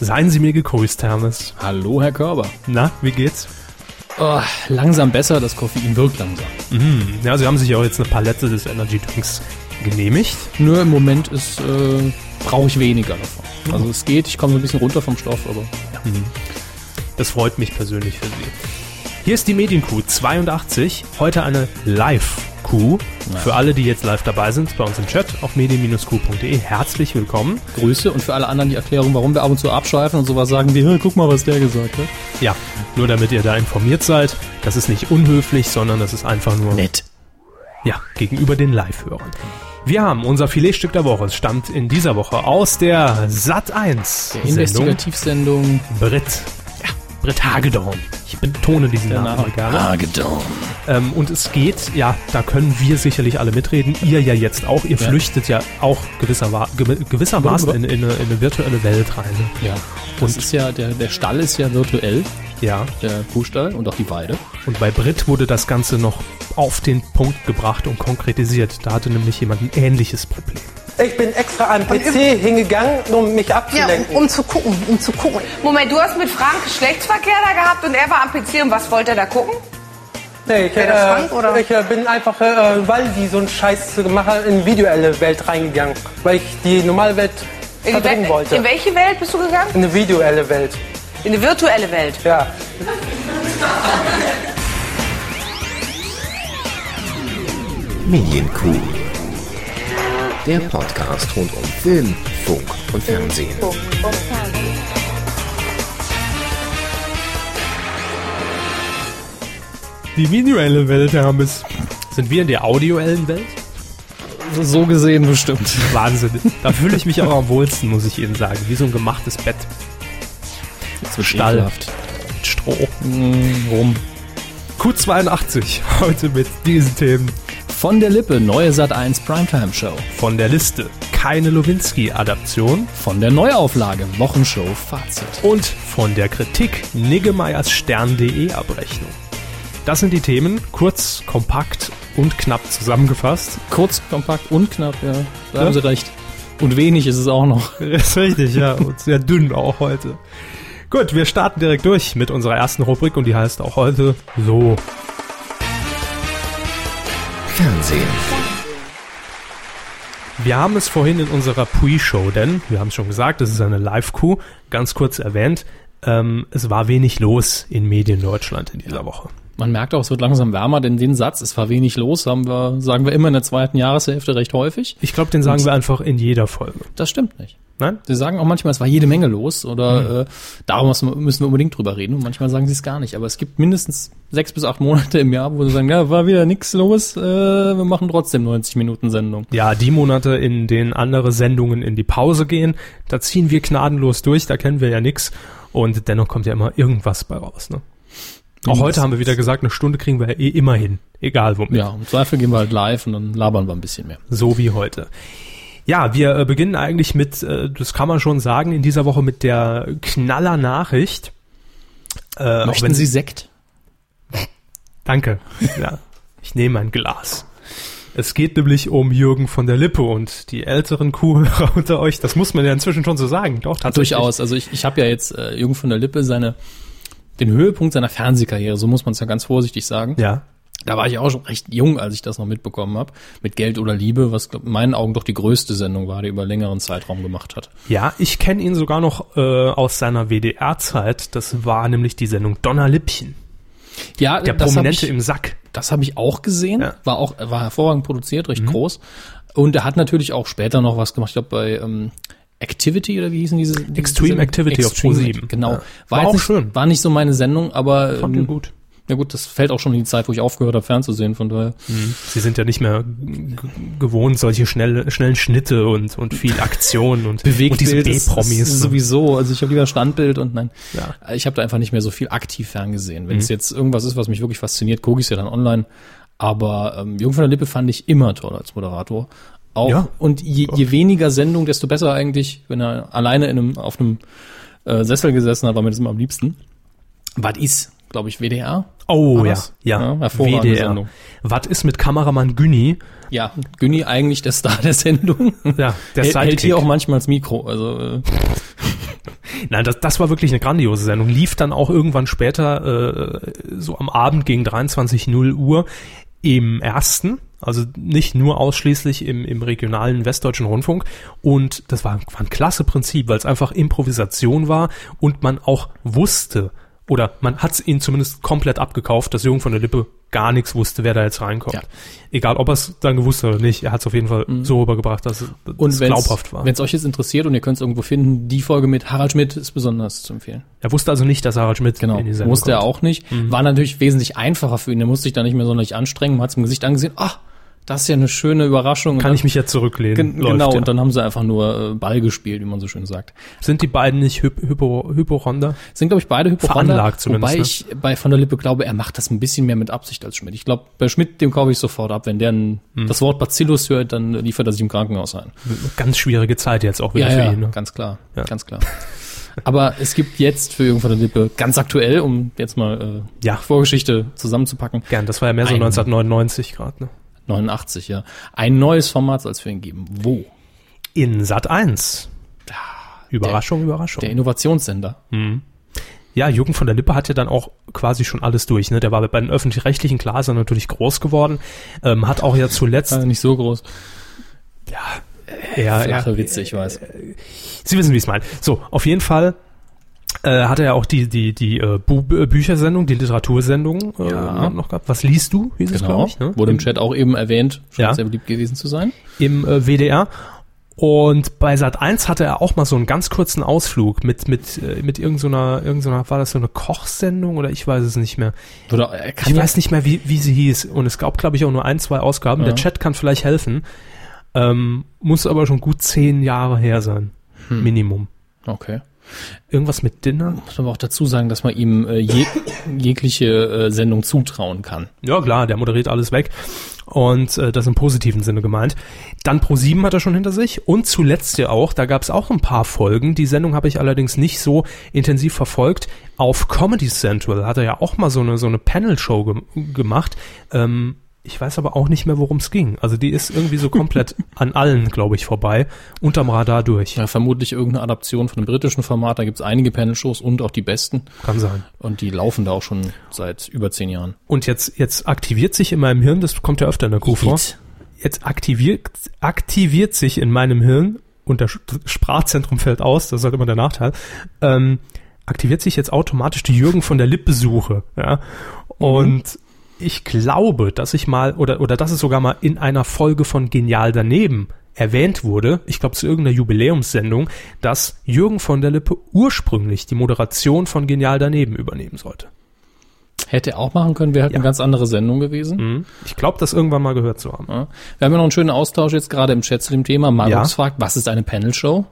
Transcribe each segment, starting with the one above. Seien Sie mir gegrüßt, Hermes. Hallo, Herr Körber. Na, wie geht's? Oh, langsam besser, das Koffein wirkt langsam. Mhm. Ja, Sie haben sich ja auch jetzt eine Palette des Energy Drinks genehmigt. Nur im Moment ist, äh, brauche ich weniger davon. Also es geht, ich komme so ein bisschen runter vom Stoff, aber Das freut mich persönlich für Sie. Hier ist die Medienkuh 82. Heute eine Live-Kuh. Für alle, die jetzt live dabei sind, bei uns im Chat auf medien-kuh.de. Herzlich willkommen. Grüße und für alle anderen die Erklärung, warum wir ab und zu abschweifen und sowas sagen wie, "Hä, guck mal, was der gesagt hat. Ja, nur damit ihr da informiert seid, das ist nicht unhöflich, sondern das ist einfach nur Nett. Ja, gegenüber den Live-Hörern. Wir haben unser Filetstück der Woche. Es stammt in dieser Woche aus der Sat 1 Der Investigativsendung. Britt. Ja, Genau. Britt Hagedorn. Ich betone diesen Der Namen Name. mal gerne. Ähm, und es geht, ja, da können wir sicherlich alle mitreden. Ihr ja jetzt auch. Ihr Ja. flüchtet ja auch gewisser, gew- gewissermaßen in, in, eine, in eine virtuelle Welt rein. ne? Ja. Das ist ja, der, der Stall ist ja virtuell, Ja. der Kuhstall und auch die Weide. Und bei Britt wurde das Ganze noch auf den Punkt gebracht und konkretisiert. Da hatte nämlich jemand ein ähnliches Problem. Ich bin extra am PC hingegangen, um mich Ja, um, abzulenken. um zu gucken, um zu gucken. Moment, du hast mit Frank Geschlechtsverkehr da gehabt und er war am PC und was wollte er da gucken? nee, ich, Wer das Frank, oder? ich äh, bin einfach, äh, weil die so einen Scheiß gemacht haben, in die virtuelle Welt reingegangen. Weil ich die normale Welt In, die verdrängen Wel- wollte. in welche Welt bist du gegangen? In eine virtuelle Welt, In eine virtuelle Welt. ja. Medienkuh. Der Podcast rund um Film, Funk und Fernsehen. Die virtuelle Welt, Hermes. Sind wir in der audioellen Welt? So gesehen bestimmt. Wahnsinn. Da fühle ich mich auch am wohlsten, muss ich Ihnen sagen. Wie so ein gemachtes Bett Zu Ekelhaft. mit Stroh. Q82 heute mit diesen Themen Von der Lippe, neue Sat 1 Primetime Show. von der Liste. Keine Lewinsky-Adaption Von der Neuauflage, Wochenshow, Fazit. und von der Kritik Niggemeyers Stern.de-Abrechnung. Das sind die Themen, kurz, kompakt und knapp zusammengefasst. Kurz, kompakt und knapp, ja. Da haben Sie recht. Und wenig ist es auch noch. Das ist richtig, ja. Und sehr dünn auch heute. Gut, wir starten direkt durch mit unserer ersten Rubrik und die heißt auch heute so. Fernsehen. Wir haben es vorhin in unserer Pre-Show, denn wir haben es schon gesagt, es ist eine Live-Coup, ganz kurz erwähnt. Ähm, es war wenig los in Medien Deutschland in dieser Woche. Man merkt auch, es wird langsam wärmer, denn den Satz, es war wenig los, haben wir, sagen wir immer in der zweiten Jahreshälfte recht häufig. Ich glaube, den sagen wir einfach in jeder Folge. ne? Das stimmt nicht. Nein? Sie sagen auch manchmal, es war jede Menge los oder Mhm. äh, darum müssen wir- müssen wir unbedingt drüber reden. Und manchmal sagen sie es gar nicht. Aber es gibt mindestens sechs bis acht Monate im Jahr, wo sie sagen, ja, war wieder nichts los, äh, wir machen trotzdem 90 Minuten Sendung. Ja, die Monate, in denen andere Sendungen in die Pause gehen, da ziehen wir gnadenlos durch, da kennen wir ja nix. Und dennoch kommt ja immer irgendwas bei raus. Ne? Auch heute haben wir wieder gesagt, eine Stunde kriegen wir ja eh immer hin. Egal womit. Ja, im Zweifel gehen wir halt live und dann labern wir ein bisschen mehr. so wie heute. Ja, wir äh, beginnen eigentlich mit, äh, das kann man schon sagen, in dieser Woche mit der Knaller-Nachricht. Äh, auch Möchten wenn Sie sie. Sekt? Danke. Ja, ich nehme ein Glas. Es geht nämlich um Jürgen von der Lippe und die älteren Kuhhörer unter euch. Das muss man ja inzwischen schon so sagen, doch tatsächlich. Durchaus. Also ich, ich habe ja jetzt äh, Jürgen von der Lippe seine den Höhepunkt seiner Fernsehkarriere, so muss man es ja ganz vorsichtig sagen. Ja. Da war ich auch schon recht jung, als ich das noch mitbekommen habe. Mit Geld oder Liebe, was glaub, in meinen Augen doch die größte Sendung war, die über längeren Zeitraum gemacht hat. Ja, ich kenne ihn sogar noch äh, aus seiner WDR-Zeit. Das war nämlich die Sendung Donnerlippchen. Ja, Der das habe Prominente ich, im Sack. das hab ich auch gesehen. Ja. Mhm. War auch war hervorragend produziert, recht groß. Und er hat natürlich auch später noch was gemacht. Ich glaube bei ähm, Activity oder wie hießen diese? diese Extreme Sendung? Activity auf Extreme, ProSieben. Genau. Ja. War War, jetzt auch nicht, schön. War nicht so meine Sendung, aber Fand ihn ähm, gut. ja gut, das fällt auch schon in die Zeit, wo ich aufgehört habe, fernzusehen. Von daher. Sie sind ja nicht mehr g- gewohnt, solche schnelle, schnellen Schnitte und, und viel Aktion und, und diese Bewegtbild ist, B-Promis. ist ne? sowieso. Also ich habe lieber Standbild und nein. Äh, Ja. Ich habe da einfach nicht mehr so viel aktiv ferngesehen. Wenn es jetzt irgendwas ist, was mich wirklich fasziniert, gucke ich es ja dann online. Aber ähm, Jürgen von der Lippe fand ich immer toll als Moderator. Auch Ja. und je, je weniger Sendung, desto besser eigentlich, wenn er alleine in einem, auf einem äh, Sessel gesessen hat, war mir das immer am liebsten. Was ist, glaube ich, WDR? Oh War ja, das? ja, Ja, hervorragende WDR. Sendung. Was ist mit Kameramann Günni? Ja, Günni eigentlich der Star der Sendung. Ja, der Hält- hält Sidekick. hier auch manchmal das Mikro. Also äh, Nein, das, das war wirklich eine grandiose Sendung. Lief dann auch irgendwann später, äh, so am Abend gegen 23.0 Uhr im ersten, also nicht nur ausschließlich im, im regionalen westdeutschen Rundfunk. Und das war, war ein klasse Prinzip, weil es einfach Improvisation war und man auch wusste, oder man hat es ihnen zumindest komplett abgekauft, dass Jürgen von der Lippe gar nichts wusste, wer da jetzt reinkommt. Ja. Mhm. Egal, ob er es dann gewusst hat oder nicht, er hat es auf jeden Fall so rübergebracht, dass es dass es Und wenn glaubhaft war. es euch jetzt interessiert und ihr könnt es irgendwo finden, die Folge mit Harald Schmidt ist besonders zu empfehlen. Er wusste also nicht, dass Harald Schmidt Genau, in die Sendung musste er kommt. Mhm. auch nicht. War natürlich wesentlich einfacher für ihn. Er musste sich da nicht mehr sonderlich anstrengen. Man hat es im Gesicht angesehen. Ach, das ist ja eine schöne Überraschung. Kann und ich mich jetzt dann, zurücklehnen? gen- genau, ja. und dann haben sie einfach nur äh, Ball gespielt, wie man so schön sagt. Sind die beiden nicht Hyp Hypo Hypochonder? Sind, glaube ich, beide Hypochonder. Veranlagt zumindest, Wobei ne? ich bei Van der Lippe glaube, er macht das ein bisschen mehr mit Absicht als Schmidt. Ich glaube, bei Schmidt, dem kaufe ich sofort ab. Wenn der ein, Mhm. das Wort Bacillus hört, dann liefert er sich im Krankenhaus ein. Ganz schwierige Zeit jetzt auch wieder ja, für ja, ihn. Ne? ganz klar, Ja. ganz klar. Aber es gibt jetzt für Jürgen von der Lippe ganz aktuell, um jetzt mal äh, Ja. Vorgeschichte zusammenzupacken, Gern, das war ja mehr so Ein- 1999 gerade. Ne? 89, ja, ein neues Format soll es für ihn geben. Wo? In Sat 1. Überraschung, Überraschung. Ah, Der Innovationssender. Ja, Jürgen von der Lippe hat ja dann auch quasi schon alles durch. Ne? Der war bei den öffentlich-rechtlichen Glasern natürlich groß geworden, ähm, hat auch ja zuletzt, Also nicht so groß. ja, ja, Flache Witze, ich weiß. Sie wissen, wie ich es meine. So, auf jeden Fall äh, hat er ja auch die die die äh, Bu äh, Büchersendung, die Literatursendung äh, Ja. noch gehabt. Was liest du? Hieß es, Genau. glaub ich, ne? Wurde im Chat auch eben erwähnt, scheint Ja. sehr beliebt gewesen zu sein. im äh, WDR. Und bei Sat 1 hatte er auch mal so einen ganz kurzen Ausflug mit mit äh, mit irgendeiner irgendeiner war das so eine Kochsendung oder ich weiß es nicht mehr. Wurde, er äh, kann Ich ja- weiß nicht mehr, wie, wie sie hieß. Und es gab, glaube ich, auch nur ein, zwei Ausgaben. Der Chat kann vielleicht helfen. Ähm, muss aber schon gut zehn Jahre her sein. Hm. Minimum. Okay. Irgendwas mit Dinner? Muss aber auch dazu sagen, dass man ihm äh, jeg jegliche äh, Sendung zutrauen kann. Ja, klar, der moderiert alles weg. Und äh, das im positiven Sinne gemeint. Dann Pro7 hat er schon hinter sich. Und zuletzt ja auch, da gab es auch ein paar Folgen. Die Sendung habe ich allerdings nicht so intensiv verfolgt. Auf Comedy Central hat er ja auch mal so eine, so eine Panel-Show gem- gemacht. Ähm, ich weiß aber auch nicht mehr, worum es ging. Also die ist irgendwie so komplett an allen, glaube ich, vorbei. Unterm Radar durch. Ja, vermutlich irgendeine Adaption von einem britischen Format. Da gibt es einige Panel-Shows und auch die besten. Kann sein. Und die laufen da auch schon seit über zehn Jahren. Und jetzt, jetzt aktiviert sich in meinem Hirn, das kommt ja öfter in der Crew vor. Jetzt aktiviert, aktiviert sich in meinem Hirn, und das Sprachzentrum fällt aus, das ist halt immer der Nachteil, ähm, aktiviert sich jetzt automatisch die Jürgen von der Lippe-Suche. Ja? Und ich glaube, dass ich mal, oder, oder dass es sogar mal in einer Folge von Genial daneben erwähnt wurde, ich glaube zu irgendeiner Jubiläumssendung, dass Jürgen von der Lippe ursprünglich die Moderation von Genial daneben übernehmen sollte. Hätte er auch machen können, wäre halt eine ganz andere Sendung gewesen. Ich glaube, das irgendwann mal gehört zu haben. Ja. Wir haben ja noch einen schönen Austausch jetzt gerade im Chat zu dem Thema. Marux Ja. fragt, was ist eine Panel-Show?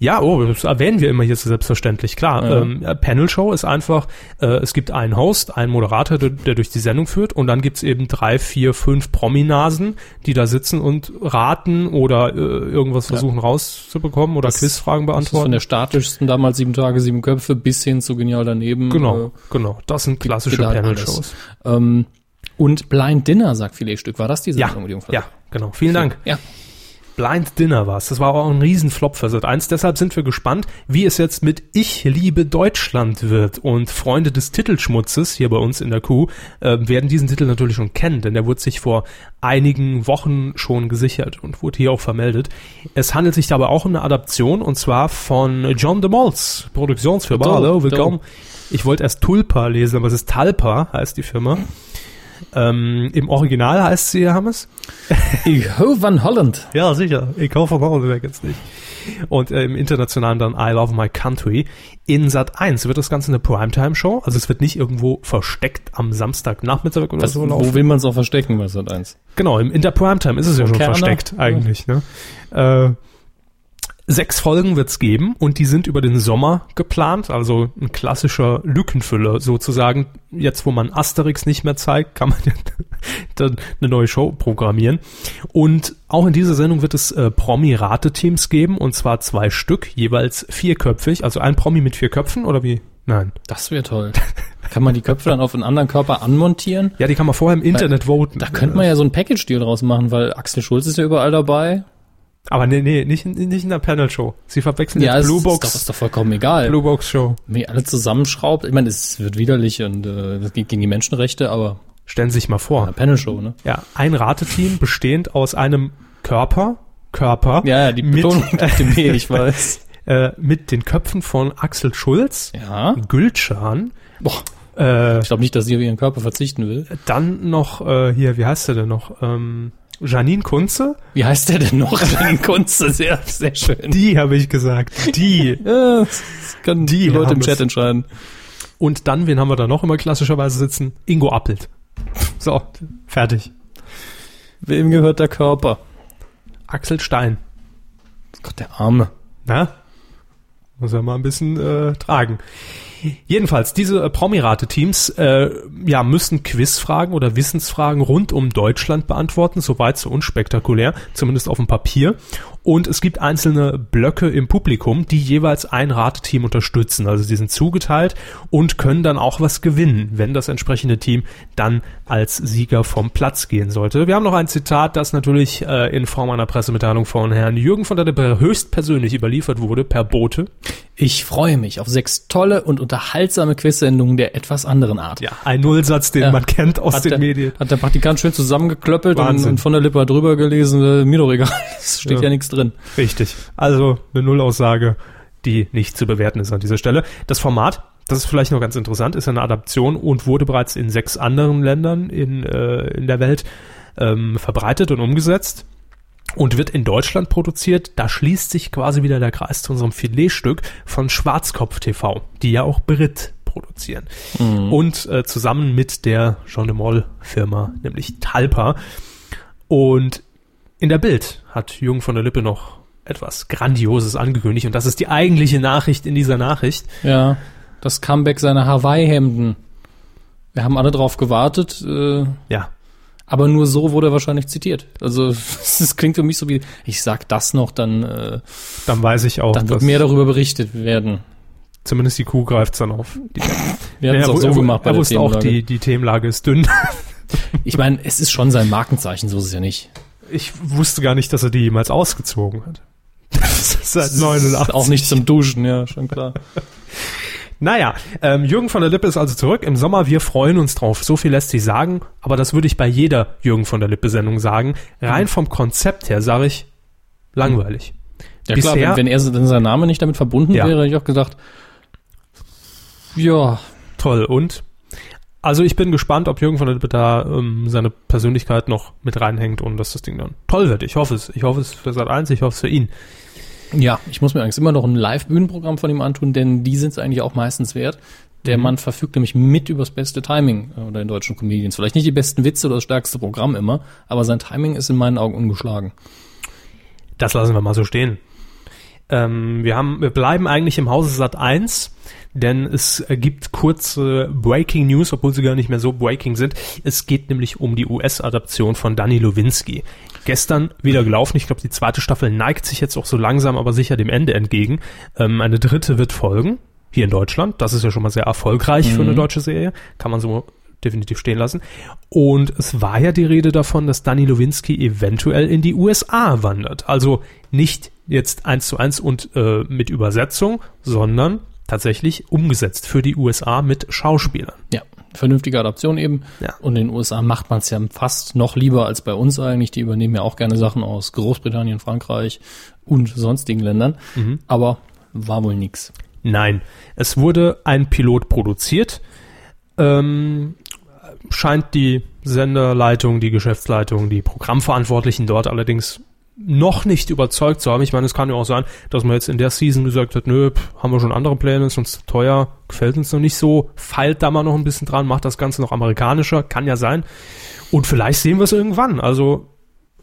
Ja, oh, das erwähnen wir immer hier so selbstverständlich. Klar, Ja. ähm, äh, Panel-Show ist einfach, äh, es gibt einen Host, einen Moderator, der, der durch die Sendung führt und dann gibt's eben drei, vier, fünf Prominasen, die da sitzen und raten oder äh, irgendwas versuchen rauszubekommen oder Quizfragen Das ist von beantworten. der statischsten damals sieben Tage, sieben Köpfe bis hin zu genial daneben. genau, genau. Das sind klassische geht halt Panel-Shows. Äh, ähm, und Blind Dinner, sagt Filetstück. War das die Ja, Sendung mit Jungfrau? ja, genau. Vielen Dank. Ja. Blind Dinner war's. Das war auch ein Riesenflop für Sat 1. Deshalb sind wir gespannt, wie es jetzt mit Ich liebe Deutschland wird. Und Freunde des Titelschmutzes hier bei uns in der Kuh äh, werden diesen Titel natürlich schon kennen, denn der wurde sich vor einigen Wochen schon gesichert und wurde hier auch vermeldet. Es handelt sich dabei auch um eine Adaption und zwar von John de Molls, Produktionsfirma. Dope, Hallo, dope. willkommen. Ich wollte erst Tulpa lesen, aber es ist Talpa, heißt die Firma. Ähm, Im Original heißt sie, Hammes? Iho van Holland. Ja, sicher. Ich kaufe Mauerwerk jetzt nicht. Und äh, im internationalen dann I Love My Country. In Sat 1 wird das Ganze eine Primetime-Show. Also es wird nicht irgendwo versteckt am Samstagnachmittag oder Was, so wo laufen. will man es auch verstecken, was hat eins? Genau, im, in der Primetime ist es ja schon Kerner. versteckt eigentlich. Ne? Äh, sechs Folgen wird's geben und die sind über den Sommer geplant. Also ein klassischer Lückenfüller sozusagen. Jetzt, wo man Asterix nicht mehr zeigt, kann man ja dann eine neue Show programmieren. Und auch in dieser Sendung wird es äh, Promi-Rate-Teams geben und zwar zwei Stück, jeweils vierköpfig. Also ein Promi mit vier Köpfen oder wie? Nein. Das wäre toll. Kann man die Köpfe dann auf einen anderen Körper anmontieren? Ja, die kann man vorher im Internet voten. Da könnte man ja so einen Package-Deal draus machen, weil Axel Schulz ist ja überall dabei. Aber nee, nee, nicht, in- nicht in der Panel-Show. Sie verwechseln Ja, jetzt Blue Blue ist, Box. Ist, doch, Box, ist doch vollkommen egal. Blue Box Show. Wenn ihr alle zusammenschraubt, ich meine, es wird widerlich und äh, das geht gegen die Menschenrechte, aber Stellen Sie sich mal eine vor. Panel-Show, ne? Ja, ein Rateteam bestehend aus einem Körper, Körper, Ja, ja, die mit, Betonung auf dem E, ich weiß. äh, mit den Köpfen von Axel Schulz, Ja. Gülcan, Boah, äh, ich glaube nicht, dass sie auf ihren Körper verzichten will. dann noch, äh, hier, wie heißt der denn noch? Ähm, Janine Kunze, Wie heißt der denn noch? Den Kunze, sehr, sehr schön. die habe ich gesagt, die. ja, das können die, Die Leute haben im Chat es. entscheiden. Und dann, wen haben wir da noch immer klassischerweise sitzen? Ingo Appelt. So, fertig. Wem gehört der Körper? Axel Stein. Gott, der Arme. Na? Muss er mal ein bisschen äh, tragen. Jedenfalls, diese äh, Promirate-Teams äh, ja, müssen Quizfragen oder Wissensfragen rund um Deutschland beantworten, soweit so unspektakulär, zumindest auf dem Papier. Und es gibt einzelne Blöcke im Publikum, die jeweils ein Rateteam unterstützen. Also die sind zugeteilt und können dann auch was gewinnen, wenn das entsprechende Team dann als Sieger vom Platz gehen sollte. Wir haben noch ein Zitat, das natürlich äh, in Form einer Pressemitteilung von Herrn Jürgen von der Lippe höchstpersönlich überliefert wurde, per Bote. Ich freue mich auf sechs tolle und unterhaltsame Quiz-Sendungen der etwas anderen Art. Ja, ein Nullsatz, den Ja. man kennt aus Hat den der, Medien. Hat der Praktikant schön zusammengeklöppelt und, Wahnsinn. und von der Lippe drüber gelesen, äh, mir doch egal, es steht ja, Ja. nichts drin. Richtig. Also eine Nullaussage, die nicht zu bewerten ist an dieser Stelle. Das Format, das ist vielleicht noch ganz interessant, ist eine Adaption und wurde bereits in sechs anderen Ländern in, äh, in der Welt ähm, verbreitet und umgesetzt. Und wird in Deutschland produziert, da schließt sich quasi wieder der Kreis zu unserem Filetstück von Schwarzkopf TV, die ja auch Brit produzieren. Und äh, zusammen mit der Jean de Moll Firma, nämlich Talpa. Und in der Bild hat Jürgen von der Lippe noch etwas Grandioses angekündigt und das ist die eigentliche Nachricht in dieser Nachricht. Ja, das Comeback seiner Hawaii-Hemden. Wir haben alle drauf gewartet, äh, Ja, aber nur so wurde er wahrscheinlich zitiert. Also es klingt für mich so wie, ich sag das noch, dann, äh, dann weiß ich auch, dann wird dass mehr darüber berichtet werden. zumindest die Kuh greift dann auf. Die, Wir haben es auch so gemacht bei er der wusste auch, Themenlage. die, die Themenlage ist dünn. Ich meine, es ist schon sein Markenzeichen, so ist es ja nicht. Ich wusste gar nicht, dass er die jemals ausgezogen hat. Seit Auch 89. nicht zum Duschen, ja, schon klar. Naja, ähm, Jürgen von der Lippe ist also zurück im Sommer. Wir freuen uns drauf. So viel lässt sich sagen, aber das würde ich bei jeder Jürgen von der Lippe-Sendung sagen. Mhm. Rein vom Konzept her sage ich langweilig. Ja Bisher- klar, wenn, wenn er wenn sein Name nicht damit verbunden Ja. wäre, hätte ich auch gesagt, ja, Toll, und? Also ich bin gespannt, ob Jürgen von der Lippe da ähm, seine Persönlichkeit noch mit reinhängt und dass das Ding dann toll wird. Ich hoffe es. Ich hoffe es für Sat 1, ich hoffe es für ihn. ja, ich muss mir eigentlich immer noch ein Live-Bühnenprogramm von ihm antun, denn die sind es eigentlich auch meistens wert. Der Mhm. Mann verfügt nämlich mit übers beste Timing äh, oder in deutschen Comedians. Vielleicht nicht die besten Witze oder das stärkste Programm immer, aber sein Timing ist in meinen Augen ungeschlagen. Das lassen wir mal so stehen. Ähm, wir, haben, wir bleiben eigentlich im Hause Sat 1, denn es gibt kurze Breaking News, obwohl sie gar nicht mehr so breaking sind. Es geht nämlich um die US-Adaption von Danny Lewinsky. Gestern wieder gelaufen. Ich glaube, die zweite Staffel neigt sich jetzt auch so langsam, aber sicher dem Ende entgegen. Ähm, eine dritte wird folgen, hier in Deutschland. Das ist ja schon mal sehr erfolgreich für eine deutsche Serie. Kann man so definitiv stehen lassen. Und es war ja die Rede davon, dass Danny Lewinsky eventuell in die USA wandert. Also nicht jetzt eins zu eins und äh, mit Übersetzung, sondern tatsächlich umgesetzt für die USA mit Schauspielern. Ja, vernünftige Adaption eben. Ja. Und in den USA macht man es ja fast noch lieber als bei uns eigentlich. Die übernehmen ja auch gerne Sachen aus Großbritannien, Frankreich und sonstigen Ländern. Mhm. Aber war wohl nix. Nein, es wurde ein Pilot produziert. Ähm, scheint die Senderleitung, die Geschäftsleitung, die Programmverantwortlichen dort allerdings noch nicht überzeugt zu haben. Ich meine, es kann ja auch sein, dass man jetzt in der Season gesagt hat, nö, pff, haben wir schon andere Pläne, ist uns zu teuer, gefällt uns noch nicht so, feilt da mal noch ein bisschen dran, macht das Ganze noch amerikanischer, kann ja sein. Und vielleicht sehen wir es irgendwann. Also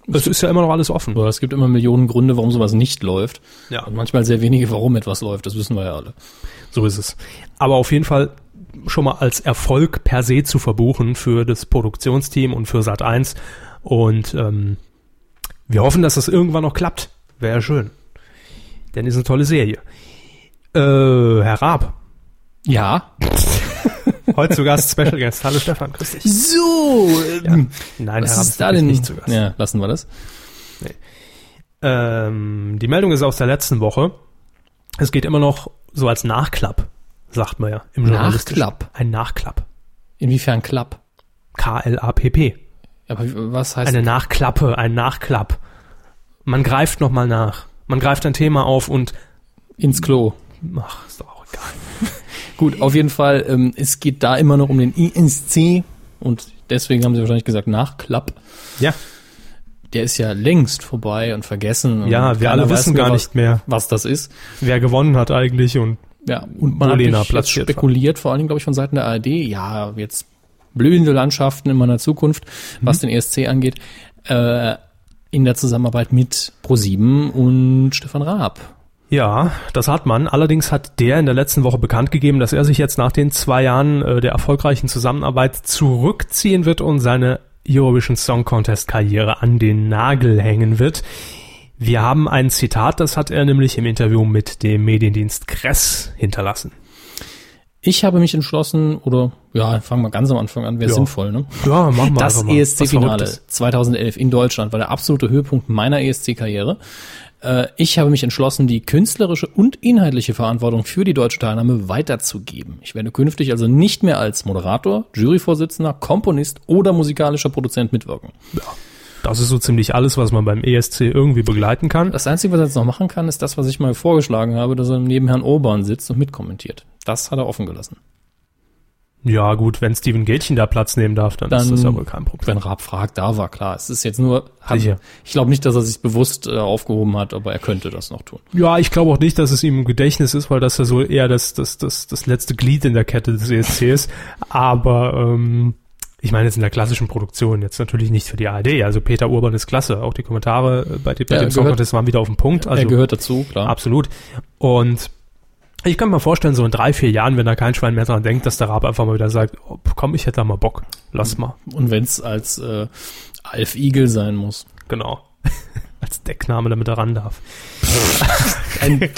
es ist ja immer noch alles offen. Aber es gibt immer Millionen Gründe, warum sowas nicht läuft. Ja. Und manchmal sehr wenige, warum etwas läuft. Das wissen wir ja alle. So ist es. Aber auf jeden Fall schon mal als Erfolg per se zu verbuchen für das Produktionsteam und für Sat1. Und ähm, wir hoffen, dass das irgendwann noch klappt. Wäre ja schön. Denn ist eine tolle Serie. Äh, Herr Raab, Ja. heute zu Gast, Special Guest. Hallo Stefan, grüß dich. So. Ja. Nein, Was Herr Raab ist da wirklich denn? nicht zu Gast. Ja, lassen wir das. Ähm, die Meldung ist aus der letzten Woche. Es geht immer noch so als Nachklapp, sagt man ja im Journalistischen. Nachklapp? Ein Nachklapp. Inwiefern Klapp? K-L-A-P-P. Aber w- was heißt Eine Nachklappe, ein Nachklapp. Man greift nochmal nach. Man greift ein Thema auf und, ins Klo? ach, ist doch auch egal. Gut, auf jeden Fall, ähm, es geht da immer noch um den INSC und deswegen haben sie wahrscheinlich gesagt Nachklapp. Ja, Der ist ja längst vorbei und vergessen. Und Ja, wir keiner alle weiß wissen gar nicht mehr. was, was das ist. wer gewonnen hat eigentlich und Ja, und man Wo Lena hat natürlich jetzt platziert war. spekuliert, vor allen Dingen, glaube ich, von Seiten der ARD, ja, jetzt blühende Landschaften in meiner Zukunft, was Mhm. den ESC angeht, äh, in der Zusammenarbeit mit ProSieben und Stefan Raab. Ja, das hat man. Allerdings hat der in der letzten Woche bekannt gegeben, dass er sich jetzt nach den zwei Jahren äh, der erfolgreichen Zusammenarbeit zurückziehen wird und seine Eurovision Song Contest Karriere an den Nagel hängen wird. Wir haben ein Zitat, das hat er nämlich im Interview mit dem Mediendienst Kress hinterlassen. Ich habe mich entschlossen, oder ja, fangen wir ganz am Anfang an, wäre Ja. sinnvoll, ne? Ja, machen wir Das mal. was ESC-Finale Verrücktes. 2011 in Deutschland war der absolute Höhepunkt meiner ESC-Karriere. Äh, Ich habe mich entschlossen, die künstlerische und inhaltliche Verantwortung für die deutsche Teilnahme weiterzugeben. Ich werde künftig also nicht mehr als Moderator, Juryvorsitzender, Komponist oder musikalischer Produzent mitwirken. Das ist so ziemlich alles, was man beim ESC irgendwie begleiten kann. Das Einzige, was er jetzt noch machen kann, ist das, was ich mal vorgeschlagen habe, dass er neben Herrn Obern sitzt und mitkommentiert. Das hat er offen gelassen. Ja gut, wenn Steven Gätchen da Platz nehmen darf, dann, ist Dann- genau. das ja wohl kein Wenn Problem. Raab fragt, da war klar. Es ist jetzt nur, hat, Sicher. ich glaube nicht, dass er sich bewusst äh, aufgehoben hat, aber er könnte das noch tun. Ja, ich glaube auch nicht, dass es ihm im Gedächtnis ist, weil das ja so eher das, das, das, das letzte Glied in der Kette des ESC ist. Aber ähm, ich meine jetzt in der klassischen Produktion, jetzt natürlich nicht für die ARD. Also Peter Urban ist klasse. Auch die Kommentare äh, bei, dem- bei Ja, er dem Song gehört- Contest waren wieder auf den Punkt. Also er gehört dazu, klar. absolut. Und ich kann mir vorstellen, so in drei, vier Jahren, wenn da kein Schwein mehr dran denkt, dass der Raab einfach mal wieder sagt, oh, komm, ich hätte da mal Bock. Lass mal. Und wenn es als äh, Alf Igel sein muss. Genau. Als Deckname, damit er ran darf. Ein, Deck,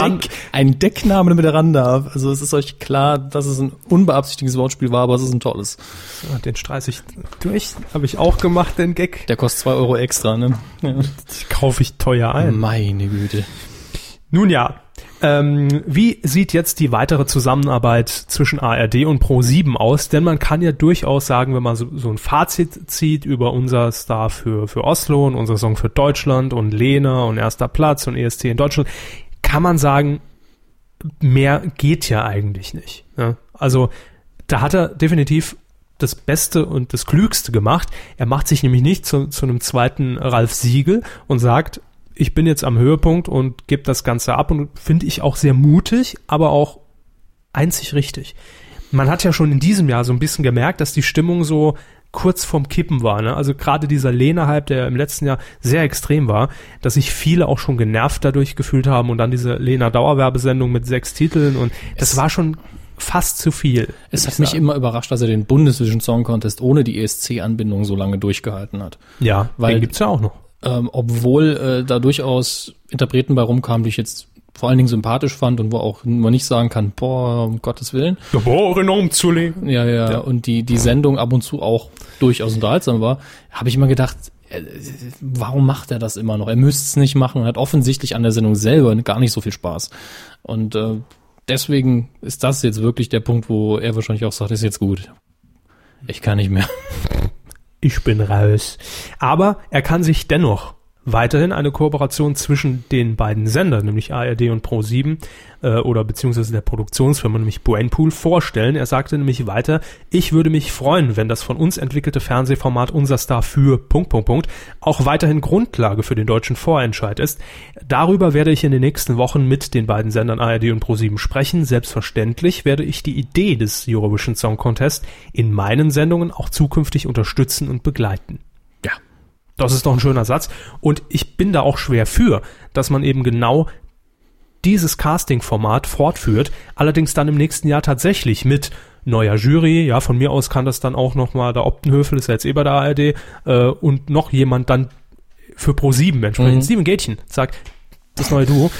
ein Deckname, damit er ran darf. Also es ist euch klar, dass es ein unbeabsichtigtes Wortspiel war, aber es ist ein tolles. Ja, Den streiß ich durch. Habe ich auch gemacht, den Gag. Der kostet zwei Euro extra, ne? Kaufe ich teuer ein. Meine Güte. Mhm. Nun ja, ähm, wie sieht jetzt die weitere Zusammenarbeit zwischen ARD und Pro7 aus? Denn man kann ja durchaus sagen, wenn man so, so ein Fazit zieht über unser Star für, für Oslo und unser Song für Deutschland und Lena und erster Platz und EST in Deutschland, kann man sagen, mehr geht ja eigentlich nicht. Ne? Also da hat er definitiv das Beste und das Klügste gemacht. Er macht sich nämlich nicht zu, zu einem zweiten Ralf Siegel und sagt, ich bin jetzt am Höhepunkt und gebe das Ganze ab und finde ich auch sehr mutig, aber auch einzig richtig. Man hat ja schon in diesem Jahr so ein bisschen gemerkt, dass die Stimmung so kurz vorm Kippen war. Ne? Also gerade dieser Lena-Hype, der im letzten Jahr sehr extrem war, dass sich viele auch schon genervt dadurch gefühlt haben und dann diese Lena-Dauerwerbesendung mit sechs Titeln und das war schon fast zu viel. Es hat mich immer überrascht, dass er den Bundesvision Song Contest ohne die ESC-Anbindung so lange durchgehalten hat. Ja, weil- den gibt's ja auch noch. ähm, obwohl äh, da durchaus Interpreten bei rumkamen, die ich jetzt vor allen Dingen sympathisch fand und wo auch man nicht sagen kann, boah, um Gottes Willen. Geboren um zu leben. Ja, ja, und die, die Sendung ab und zu auch durchaus unterhaltsam war, habe ich immer gedacht, äh, warum macht er das immer noch? Er müsste es nicht machen und hat offensichtlich an der Sendung selber gar nicht so viel Spaß. Und äh, deswegen ist das jetzt wirklich der Punkt, wo er wahrscheinlich auch sagt, ist jetzt gut. Ich kann nicht mehr. Ich bin raus. Aber er kann sich dennoch weiterhin eine Kooperation zwischen den beiden Sendern, nämlich ARD und Pro7 äh, oder beziehungsweise der Produktionsfirma, nämlich Brainpool, vorstellen. Er sagte nämlich weiter, ich würde mich freuen, wenn das von uns entwickelte Fernsehformat Unser Star für Punkt, Punkt, Punkt auch weiterhin Grundlage für den deutschen Vorentscheid ist. Darüber werde ich in den nächsten Wochen mit den beiden Sendern ARD und Pro7 sprechen. Selbstverständlich werde ich die Idee des Eurovision Song Contest in meinen Sendungen auch zukünftig unterstützen und begleiten. Ja. Das ist doch ein schöner Satz. Und ich bin da auch schwer für, dass man eben genau dieses Casting-Format fortführt. Allerdings dann im nächsten Jahr tatsächlich mit neuer Jury. Ja, von mir aus kann das dann auch nochmal, der Optenhöfel ist ja jetzt eh bei der ARD, äh, und noch jemand dann für Pro7 entsprechend. Steven Gätchen sagt, das neue Duo.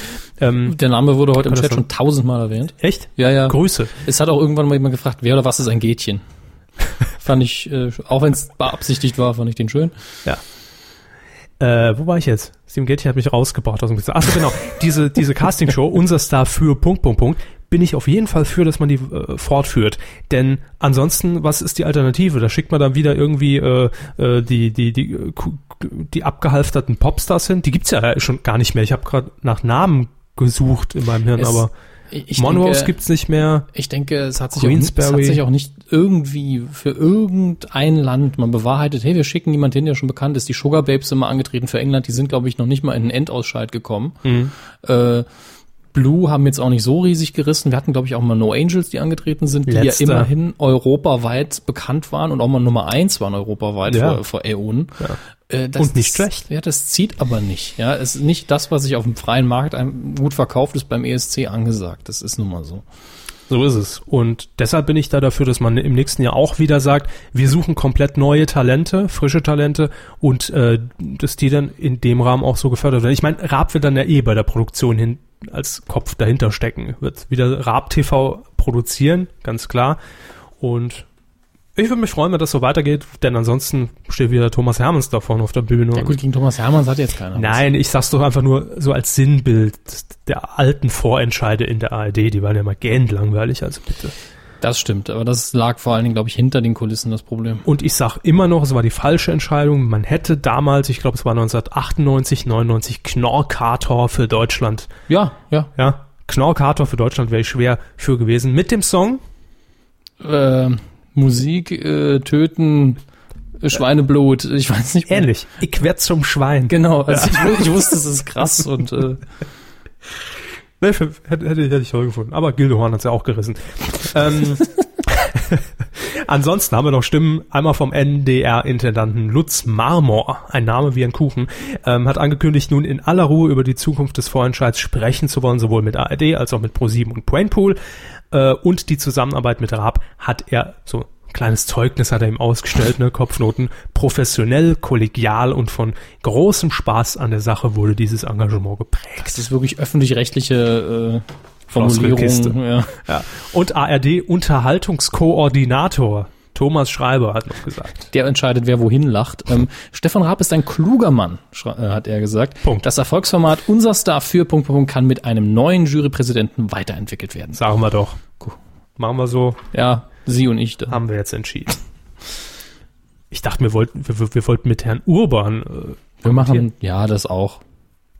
Ähm, Der Name wurde heute im Kann das Chat sein? Hm. schon tausendmal erwähnt. echt? Ja, ja. Grüße. Es hat auch irgendwann mal jemand gefragt, wer oder was ist ein Gätchen? fand ich, äh, auch wenn es beabsichtigt war, fand ich den schön. Ja. Äh, wo war ich jetzt? Steven Getty hat mich rausgebracht aus dem Quiz. Achso, genau. diese, diese Castingshow, unser Star für Punkt, Punkt, Punkt, bin ich auf jeden Fall für, dass man die äh, fortführt. Denn ansonsten, was ist die Alternative? Da schickt man dann wieder irgendwie äh, äh, die, die, die, äh, ku- die abgehalfterten Popstars hin. Die gibt's ja schon gar nicht mehr. Ich habe gerade nach Namen gesucht in meinem Hirn, Es- aber Ich ich Monroes denke- gibt's nicht mehr. Ich denke, es hat, sich auch, es Queensberry. hat sich auch nicht irgendwie für irgendein Land, man bewahrheitet, hey, wir schicken jemanden hin, der schon bekannt ist. Die Sugar Babes sind mal angetreten für England, die sind, glaube ich, noch nicht mal in den Endausscheid gekommen. Mhm. Äh, Blue haben jetzt auch nicht so riesig gerissen. Wir hatten, glaube ich, auch mal No Angels, die angetreten sind, die Letzter. ja immerhin europaweit bekannt waren und auch mal Nummer eins waren europaweit Ja. vor, vor Äonen. Äh, das- Und nicht schlecht. Ja, das zieht aber nicht. Ja, es ist nicht das, was sich auf dem freien Markt einem gut verkauft ist, beim ESC angesagt. Das ist nun mal so. So ist es. Und deshalb bin ich da dafür, dass man im nächsten Jahr auch wieder sagt, wir suchen komplett neue Talente, frische Talente und äh, dass die dann in dem Rahmen auch so gefördert werden. Ich meine, Raab wird dann ja eh bei der Produktion hin als Kopf dahinter stecken. Wird wieder Raab TV produzieren, ganz klar. Und ich würde mich freuen, wenn das so weitergeht, denn ansonsten steht wieder Thomas Hermans da vorne auf der Bühne. Ja gut, gegen Thomas Hermanns hat jetzt keiner. was. Nein, ich sag's doch einfach nur so als Sinnbild der alten Vorentscheide in der ARD. Die waren ja mal gähnend langweilig, also bitte. Das stimmt, aber das lag vor allen Dingen, glaube ich, hinter den Kulissen das Problem. Und ich sag immer noch, es war die falsche Entscheidung. Man hätte damals, ich glaube, es war 1998, 99, Knorr-Kator für Deutschland. Ja, ja. Ja, Knorr-Kator für Deutschland wäre ich schwer für gewesen. Mit dem Song Äh, Musik, äh, Töten, äh, Schweineblut, ich weiß nicht. mehr. ähnlich. Ich werd zum Schwein. Genau, also ich, ich wusste, es ist krass und äh, Nee, für- hätte, hätte, hätte ich toll gefunden. Aber Gildehorn hat's ja auch gerissen. ähm, ansonsten haben wir noch Stimmen. Einmal vom NDR-Intendanten Lutz Marmor, ein Name wie ein Kuchen, ähm, hat angekündigt, nun in aller Ruhe über die Zukunft des Vorentscheids sprechen zu wollen, sowohl mit ARD als auch mit ProSieben und Brainpool. Äh, und die Zusammenarbeit mit Raab hat er so ein kleines Zeugnis hat er ihm ausgestellt, ne, Kopfnoten, professionell, kollegial und von großem Spaß an der Sache wurde dieses Engagement geprägt. das ist wirklich öffentlich-rechtliche äh, Floskelkiste. Formulierung. Ja. Ja. Und ARD-Unterhaltungskoordinator Thomas Schreiber hat noch gesagt. Der entscheidet, wer wohin lacht. Ähm, Stefan Raab ist ein kluger Mann, schra- äh, hat er gesagt. Punkt. Das Erfolgsformat Unser Star für Punkt, Punkt, Punkt kann mit einem neuen Jurypräsidenten weiterentwickelt werden. Sagen wir doch. Machen wir so, Ja, Sie und ich da. haben wir jetzt entschieden. Ich dachte, wir wollten, wir, wir- wir wollten mit Herrn Urban äh, Wir machen ja das auch.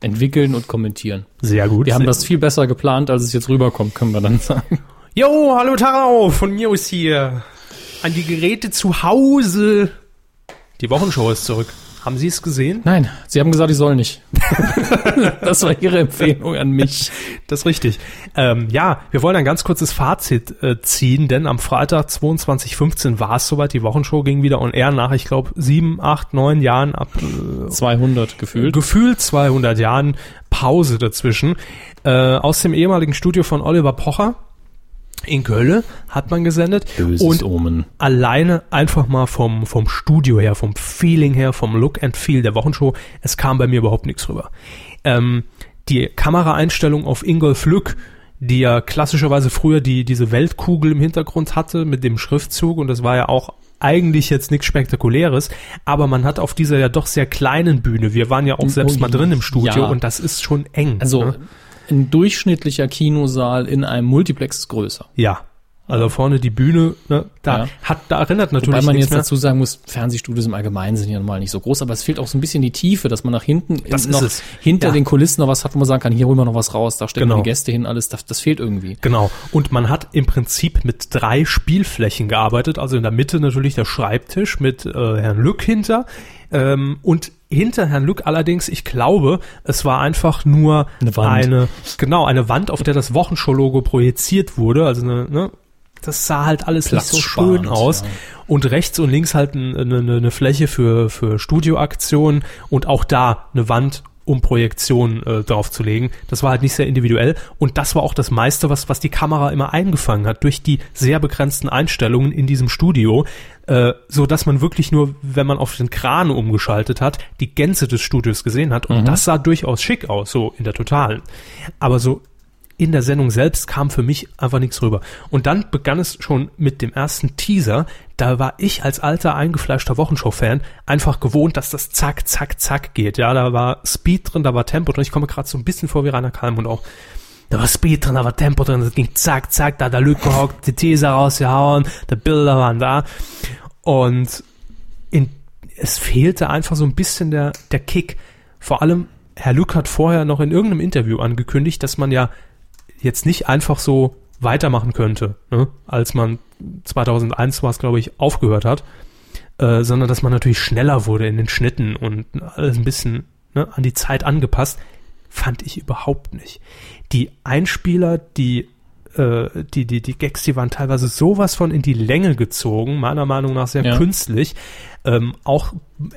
Entwickeln und kommentieren. äh, sehr gut. Wir haben das viel besser geplant, als es jetzt rüberkommt, können wir dann sagen. Jo, hallo Tarau, von mir aus hier. An die Geräte zu Hause. Die Wochenshow ist zurück. Haben Sie es gesehen? Nein, sie haben gesagt, ich soll nicht. das war ihre Empfehlung an mich. Das ist richtig. Ähm, ja, wir wollen ein ganz kurzes Fazit äh, ziehen, denn am Freitag 22.15 war es soweit. Die Wochenshow ging wieder on air nach, ich glaube, sieben, acht, neun Jahren ab 200 gefühlt. gefühlt 200 Jahren Pause dazwischen. Äh, aus dem ehemaligen Studio von Oliver Pocher in Köln hat man gesendet. und Omen. alleine einfach mal vom, vom Studio her, vom Feeling her, vom Look and Feel der Wochenshow, es kam bei mir überhaupt nichts rüber. Ähm, die Kameraeinstellung auf Ingolf Lück, die ja klassischerweise früher die, diese Weltkugel im Hintergrund hatte mit dem Schriftzug und das war ja auch eigentlich jetzt nichts Spektakuläres, aber man hat auf dieser ja doch sehr kleinen Bühne, wir waren ja auch selbst Oh, mal drin im Studio ja. und das ist schon eng. Also ne? ein durchschnittlicher Kinosaal in einem Multiplex ist größer. ja. Also vorne die Bühne, ne, da Ja. hat, da erinnert natürlich Wobei man nichts jetzt mehr. dazu sagen muss, Fernsehstudios im Allgemeinen sind ja normal nicht so groß, aber es fehlt auch so ein bisschen die Tiefe, dass man nach hinten Das ist noch es. hinter Ja. den Kulissen noch was hat, wo man sagen kann, hier holen wir noch was raus, da stellen Genau. wir die Gäste hin, alles, das, das fehlt irgendwie. Genau. Und man hat im Prinzip mit drei Spielflächen gearbeitet. Also in der Mitte natürlich der Schreibtisch mit äh, Herrn Lück hinter. Ähm, und hinter Herrn Lück allerdings, ich glaube, es war einfach nur Eine Wand. eine- genau, eine Wand, auf der das Wochenshow-Logo projiziert wurde. Also eine, ne, das sah halt alles nicht so Platzsparend, schön aus. ja. Und rechts und links halt eine, eine, eine Fläche für, für Studioaktionen und auch da eine Wand, um Projektionen äh, draufzulegen. Das war halt nicht sehr individuell. Und das war auch das meiste, was, was die Kamera immer eingefangen hat, durch die sehr begrenzten Einstellungen in diesem Studio. Äh, so dass man wirklich nur, wenn man auf den Kran umgeschaltet hat, die Mhm. Gänze des Studios gesehen hat. Und das sah durchaus schick aus, so in der Totalen. Aber so in der Sendung selbst kam für mich einfach nichts rüber. Und dann begann es schon mit dem ersten Teaser. Da war ich als alter eingefleischter Wochenshow-Fan einfach gewohnt, dass das zack, zack, zack geht. Ja, da war Speed drin, da war Tempo drin. Ich komme gerade so ein bisschen vor wie Rainer Kalmund auch. Da war Speed drin, da war Tempo drin, das ging zack, zack, da hat der Lück gehockt, die Teaser rausgehauen, die Bilder waren da. Und in, es fehlte einfach so ein bisschen der, der Kick. Vor allem, Herr Lück hat vorher noch in irgendeinem Interview angekündigt, dass man ja jetzt nicht einfach so weitermachen könnte, ne? als man 2001 war es, glaube ich, aufgehört hat, äh, sondern dass man natürlich schneller wurde in den Schnitten und alles ein bisschen ne, an die Zeit angepasst, fand ich überhaupt nicht. Die Einspieler, die äh, die, die, die Gags, die waren teilweise sowas von in die Länge gezogen, meiner Meinung nach sehr Ja. künstlich. Ähm, auch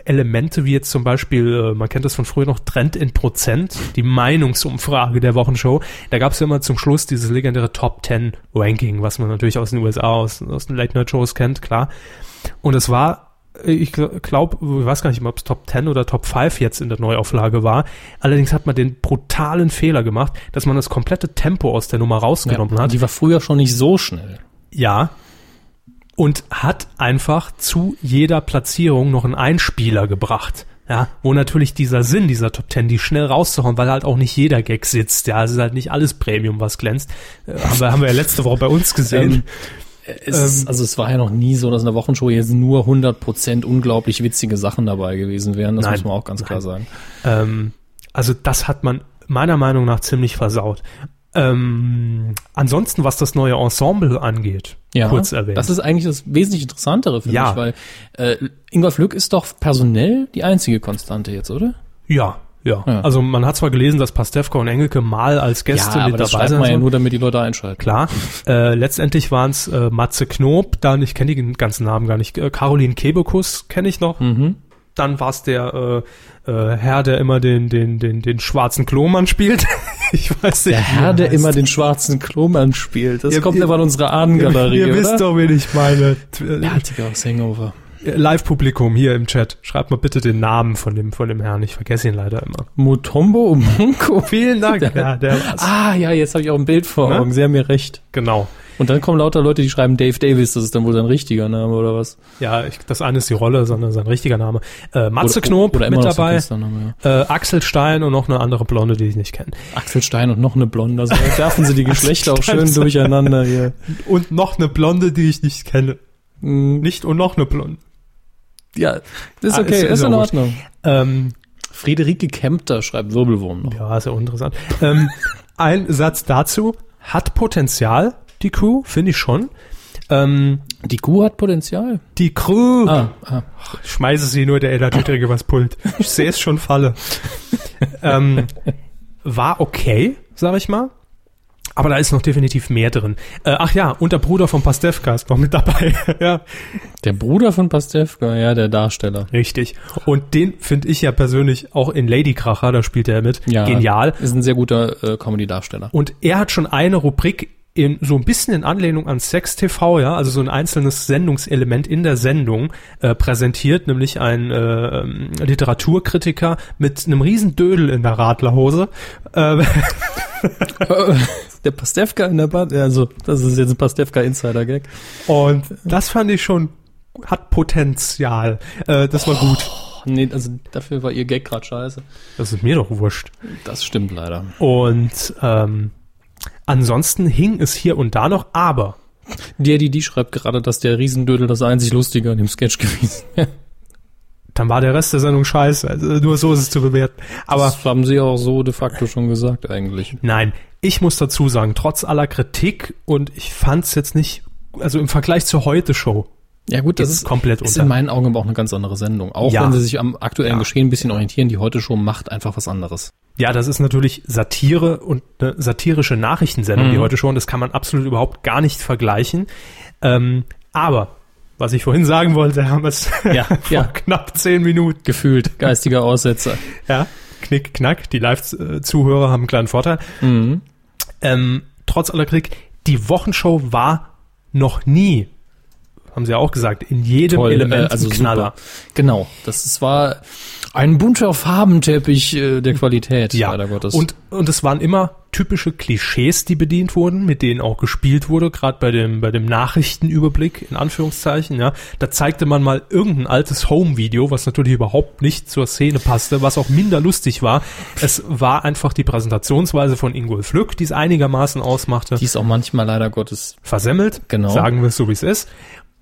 Elemente wie jetzt zum Beispiel, äh, man kennt das von früher noch, Trend in Prozent, die Meinungsumfrage der Wochenshow. Da gab es ja immer zum Schluss dieses legendäre Top 10 Ranking, was man natürlich aus den USA, aus, aus den Late-Night-Shows kennt, klar. Und es war, äh, ich glaube, ich weiß gar nicht mehr, ob es Top 10 oder Top 5 jetzt in der Neuauflage war. Allerdings hat man den brutalen Fehler gemacht, dass man das komplette Tempo aus der Nummer rausgenommen hat. Die war früher schon nicht so schnell. Ja. Und hat einfach zu jeder Platzierung noch einen Einspieler gebracht. Ja, wo natürlich dieser Sinn dieser Top Ten, die schnell rauszuhauen, weil halt auch nicht jeder Gag sitzt. Ja, es ist halt nicht alles Premium, was glänzt. Äh, haben, wir, haben wir ja letzte Woche bei uns gesehen. Es, Ähm, ist- also es war ja noch nie so, dass in der Wochenshow jetzt nur 100% unglaublich witzige Sachen dabei gewesen wären. Das Nein. muss man auch ganz klar sagen. Ähm, also das hat man meiner Meinung nach ziemlich versaut. Ähm, ansonsten, was das neue Ensemble angeht, kurz erwähnt. Das ist eigentlich das wesentlich interessantere für Ja. mich, weil äh, Ingolf Lück ist doch personell die einzige Konstante jetzt, oder? ja, ja, Ja. Also man hat zwar gelesen, dass Pastewka und Engelke mal als Gäste mit dabei sind. ja nur, damit die Leute einschalten. klar. Äh, letztendlich waren es äh, Matze Knob, dann, ich kenne die ganzen Namen gar nicht, äh, Caroline Kebekus kenne ich noch. Mhm. Dann war es der äh, äh, Herr, der immer den, den, den, den schwarzen Klomann spielt. ich weiß nicht. Der wie er Herr, der heißt. immer den schwarzen Klomann spielt, das Ihr- kommt ihr- aber an unserer Ahnengalerie, Ihr oder? wisst doch, wen ich meine. T- äh, Der hat die aus Hangover. Live-Publikum hier im Chat. Schreibt mal bitte den Namen von dem, von dem Herrn. Ich vergesse ihn leider immer. Mutombo Monko. Vielen Dank. ja, der war's. Ah, ja, jetzt habe ich auch ein Bild vor Ne? Augen. Sie haben mir recht. Genau. Und dann kommen lauter Leute, die schreiben Dave Davis, das ist dann wohl sein richtiger Name oder was? Ja, ich, das eine ist die Rolle, sondern sein richtiger Name. Äh, Matze oder, Knob oder immer mit noch sein dabei. Künstlername, äh, Axel Stein und noch eine andere Blonde, die ich nicht kenne. ja. Axel Stein und noch eine Blonde. Also werfen sie die Geschlechter auch Stein schön ist- durcheinander hier. Und noch eine Blonde, die ich nicht kenne. Hm, Mm, Nicht und noch eine Blonde. Ja, das ist Ah, okay, ist- ist, ist in auch Ordnung. Ähm, Friederike Kempter schreibt Wirbelwurm noch. ja, ist ja uninteressant. ähm, ein Satz dazu. Hat Potenzial, die Crew, finde ich schon. Ähm, Die Kuh hat Potenzial. die Crew, Ah, ah. Ich schmeiße sie nur der Elatütrige übers Pult. Ich sehe es schon falle. ähm, war okay, sag ich mal. Aber da ist noch definitiv mehr drin. Äh, ach ja, und der Bruder von Pastewka ist noch mit dabei. ja, Der Bruder von Pastewka, ja, der Darsteller. Richtig. Und den finde ich ja persönlich auch in Lady Kracher, da spielt er mit. Ja, Genial. Ist ein sehr guter äh, Comedy-Darsteller. Und er hat schon eine Rubrik in, so ein bisschen in Anlehnung an Sex TV, ja, also so ein einzelnes Sendungselement in der Sendung äh, präsentiert, nämlich ein äh, ähm, Literaturkritiker mit einem riesen Dödel in der Radlerhose. Äh, der Pastewka in der Band, also das ist jetzt ein Pastewka-Insider-Gag. und das fand ich schon, hat Potenzial. Äh, das war gut. Oh, nee, also dafür war ihr Gag gerade scheiße. Das ist mir doch wurscht. Das stimmt leider. Und ähm, ansonsten hing es hier und da noch, aber Der, die, die schreibt gerade, dass der Riesendödel das einzig Lustige an dem Sketch gewesen wäre. dann war der Rest der Sendung scheiße. Also nur so ist es zu bewerten. Aber Das haben sie auch so de facto schon gesagt eigentlich. nein, ich muss dazu sagen, trotz aller Kritik und ich fand es jetzt nicht, also im Vergleich zur Heute-Show, Ja gut, das Jetzt ist komplett ist unter. in meinen Augen aber auch eine ganz andere Sendung. Auch Ja. wenn sie sich am aktuellen Geschehen ein bisschen orientieren, die heute Show macht einfach was anderes. ja, das ist natürlich Satire und eine satirische Nachrichtensendung, Mhm. die Heute-Show, und das kann man absolut überhaupt gar nicht vergleichen. Ähm, aber, was ich vorhin sagen wollte, haben wir es Ja, vor ja. knapp zehn Minuten Gefühlt geistiger Aussetzer. Ja, knick, knack. Die Live-Zuhörer haben einen kleinen Vorteil. Mhm. Ähm, trotz aller Kritik, die Wochenshow war noch nie, haben sie ja auch gesagt, in jedem Element äh, also ein Knaller. Super. Genau, das ist, war ein bunter Farbenteppich äh, der Qualität, Ja, leider Gottes. und, und es waren immer typische Klischees, die bedient wurden, mit denen auch gespielt wurde, gerade bei dem, bei dem Nachrichtenüberblick, in Anführungszeichen, ja. Da zeigte man mal irgendein altes Home-Video, was natürlich überhaupt nicht zur Szene passte, was auch minder lustig war. Es war einfach die Präsentationsweise von Ingolf Lück, die es einigermaßen ausmachte Die ist auch manchmal leider Gottes. versemmelt. Genau. Sagen wir es so, wie es ist.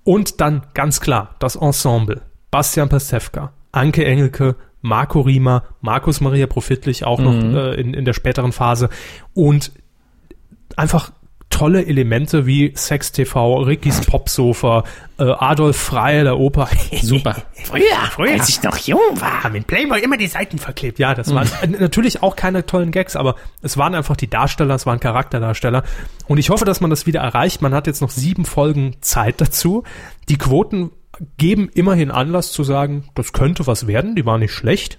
Und dann ganz klar das Ensemble. Bastian Pastewka, Anke Engelke, Marco Riemer, Markus Maria Profitlich auch noch äh, in, in der späteren Phase und einfach tolle Elemente wie Sex TV, Rickys Popsofa, äh, Adolf Frey, der Opa. Super. Früher, als ich noch jung war, haben in Playboy immer die Seiten verklebt. Ja, das waren äh, natürlich auch keine tollen Gags, aber es waren einfach die Darsteller, es waren Charakterdarsteller. Und ich hoffe, dass man das wieder erreicht. Man hat jetzt noch sieben Folgen Zeit dazu. Die Quoten geben immerhin Anlass zu sagen, das könnte was werden, die war nicht schlecht.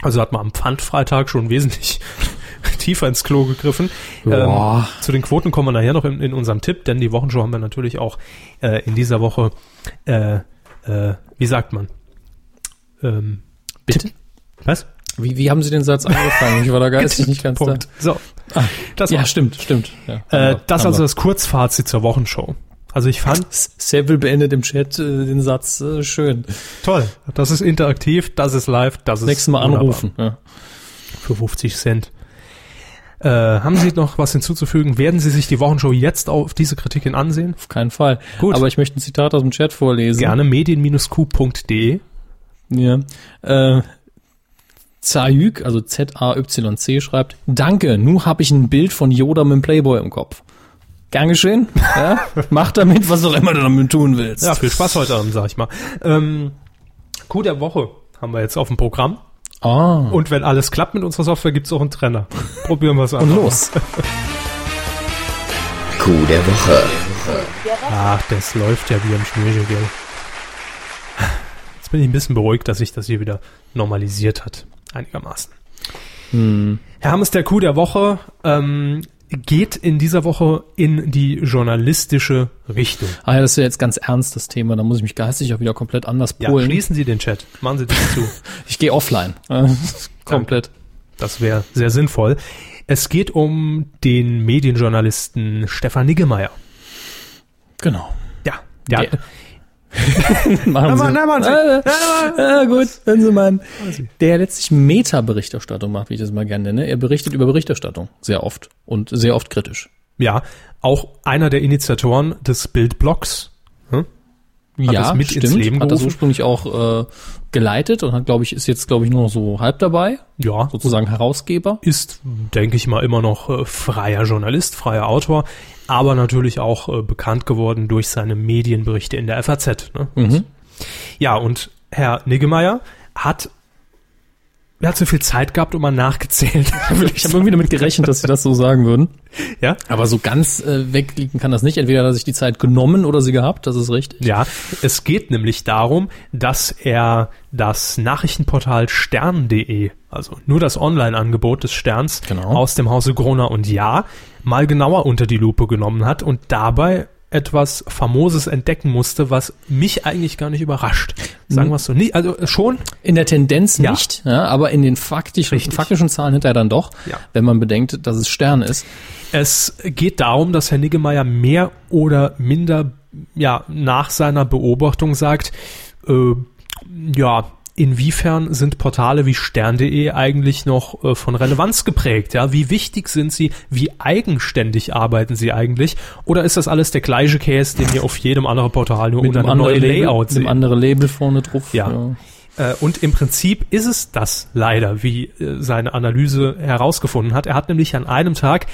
Also hat man am Pfandfreitag schon wesentlich tiefer ins Klo gegriffen. Ähm, Boah. zu den Quoten kommen wir nachher noch in, in unserem Tipp, denn die Wochenshow haben wir natürlich auch äh, in dieser Woche, äh, äh, wie sagt man? Ähm, Bitte? was? Wie, wie haben Sie den Satz angefangen? Ich war da geistig nicht ganz Punkt. So. Das, da. Ja, war's. stimmt, stimmt. Ja, genau. äh, das haben also wir. das Kurzfazit zur Wochenshow. Also ich fand Seville beendet im Chat äh, den Satz äh, schön. toll. Das ist interaktiv, das ist live, das ist Nächstes Mal wunderbar. anrufen. Ja. für 50 Cent. Äh, haben Sie noch was hinzuzufügen? Werden Sie sich die Wochenshow jetzt auf diese Kritiken ansehen? Auf keinen Fall. Gut. Aber ich möchte ein Zitat aus dem Chat vorlesen. Gerne medien-q.de. Ja. Äh, Zayük, also Z-A-Y-C, schreibt, Danke, nun habe ich ein Bild von Yoda mit dem Playboy im Kopf. Gern geschehen. Ja? Mach damit, was auch immer du damit tun willst. Ja, viel Spaß heute Abend, sag ich mal. Ähm, Coup der Woche haben wir jetzt auf dem Programm. Ah. Und wenn alles klappt mit unserer Software, gibt's auch einen Trenner. Probieren wir es an. Und los. Coup der Woche. Ach, das läuft ja wie am Schnürchen, gell. Jetzt bin ich ein bisschen beruhigt, dass sich das hier wieder normalisiert hat. Einigermaßen. Herr Hammes, der Coup der Woche ähm, geht in dieser Woche in die journalistische Richtung. Ah ja, das ist ja jetzt ganz ernst, das Thema. Da muss ich mich geistig auch wieder komplett anders Ja, polen. schließen Sie den Chat. Machen Sie das zu. ich gehe offline. Äh, komplett. Das wäre sehr sinnvoll. Es geht um den Medienjournalisten Stefan Niggemeier. Genau. Ja, der, Der- Machen Sie. Mann, na, Mann, Sie. Ah, gut, hören Sie mal. an. Der letztlich Meta-Berichterstattung macht, wie ich das mal gerne nenne. Er berichtet über Berichterstattung sehr oft und sehr oft kritisch. ja, auch einer der Initiatoren des Bildblocks. Hat das mit ins Leben hat das gerufen? ursprünglich auch äh, geleitet und hat, glaube ich, ist jetzt, glaube ich, nur noch so halb dabei, Ja, sozusagen Herausgeber. ist, denke ich mal, immer noch äh, freier Journalist, freier Autor, aber natürlich auch äh, bekannt geworden durch seine Medienberichte in der FAZ. Ne? Ja, und Herr Niggemeier hat, er hat so viel Zeit gehabt und mal nachgezählt. Ich habe irgendwie damit gerechnet, dass sie das so sagen würden. ja? Aber so ganz äh, wegliegen kann das nicht. Entweder hat er sich die Zeit genommen oder sie gehabt, das ist richtig. Ja, es geht nämlich darum, dass er das Nachrichtenportal stern.de, also nur das Online-Angebot des Sterns Genau. aus dem Hause Gruner und Ja, mal genauer unter die Lupe genommen hat und dabei etwas Famoses entdecken musste, was mich eigentlich gar nicht überrascht. Sagen wir es so. Nie, also schon, In der Tendenz Ja. nicht, ja, aber in den faktischen, faktischen Zahlen hinterher dann doch, Ja. wenn man bedenkt, dass es Stern ist. Es geht darum, dass Herr Niggemeier mehr oder minder ja, nach seiner Beobachtung sagt, äh, ja, inwiefern sind Portale wie stern.de eigentlich noch äh, von Relevanz geprägt? Ja, wie wichtig sind sie? Wie eigenständig arbeiten sie eigentlich? Oder ist das alles der gleiche Case, den wir auf jedem anderen Portal nur ohne eine neue Label, Layout mit einem sehen? anderen Label vorne drauf. Ja. Äh, Und im Prinzip ist es das leider, wie äh, seine Analyse herausgefunden hat. Er hat nämlich an einem Tag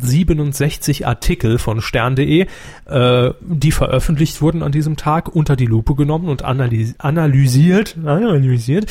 367 Artikel von stern.de, äh, die veröffentlicht wurden an diesem Tag, unter die Lupe genommen und analysi- analysiert. analysiert.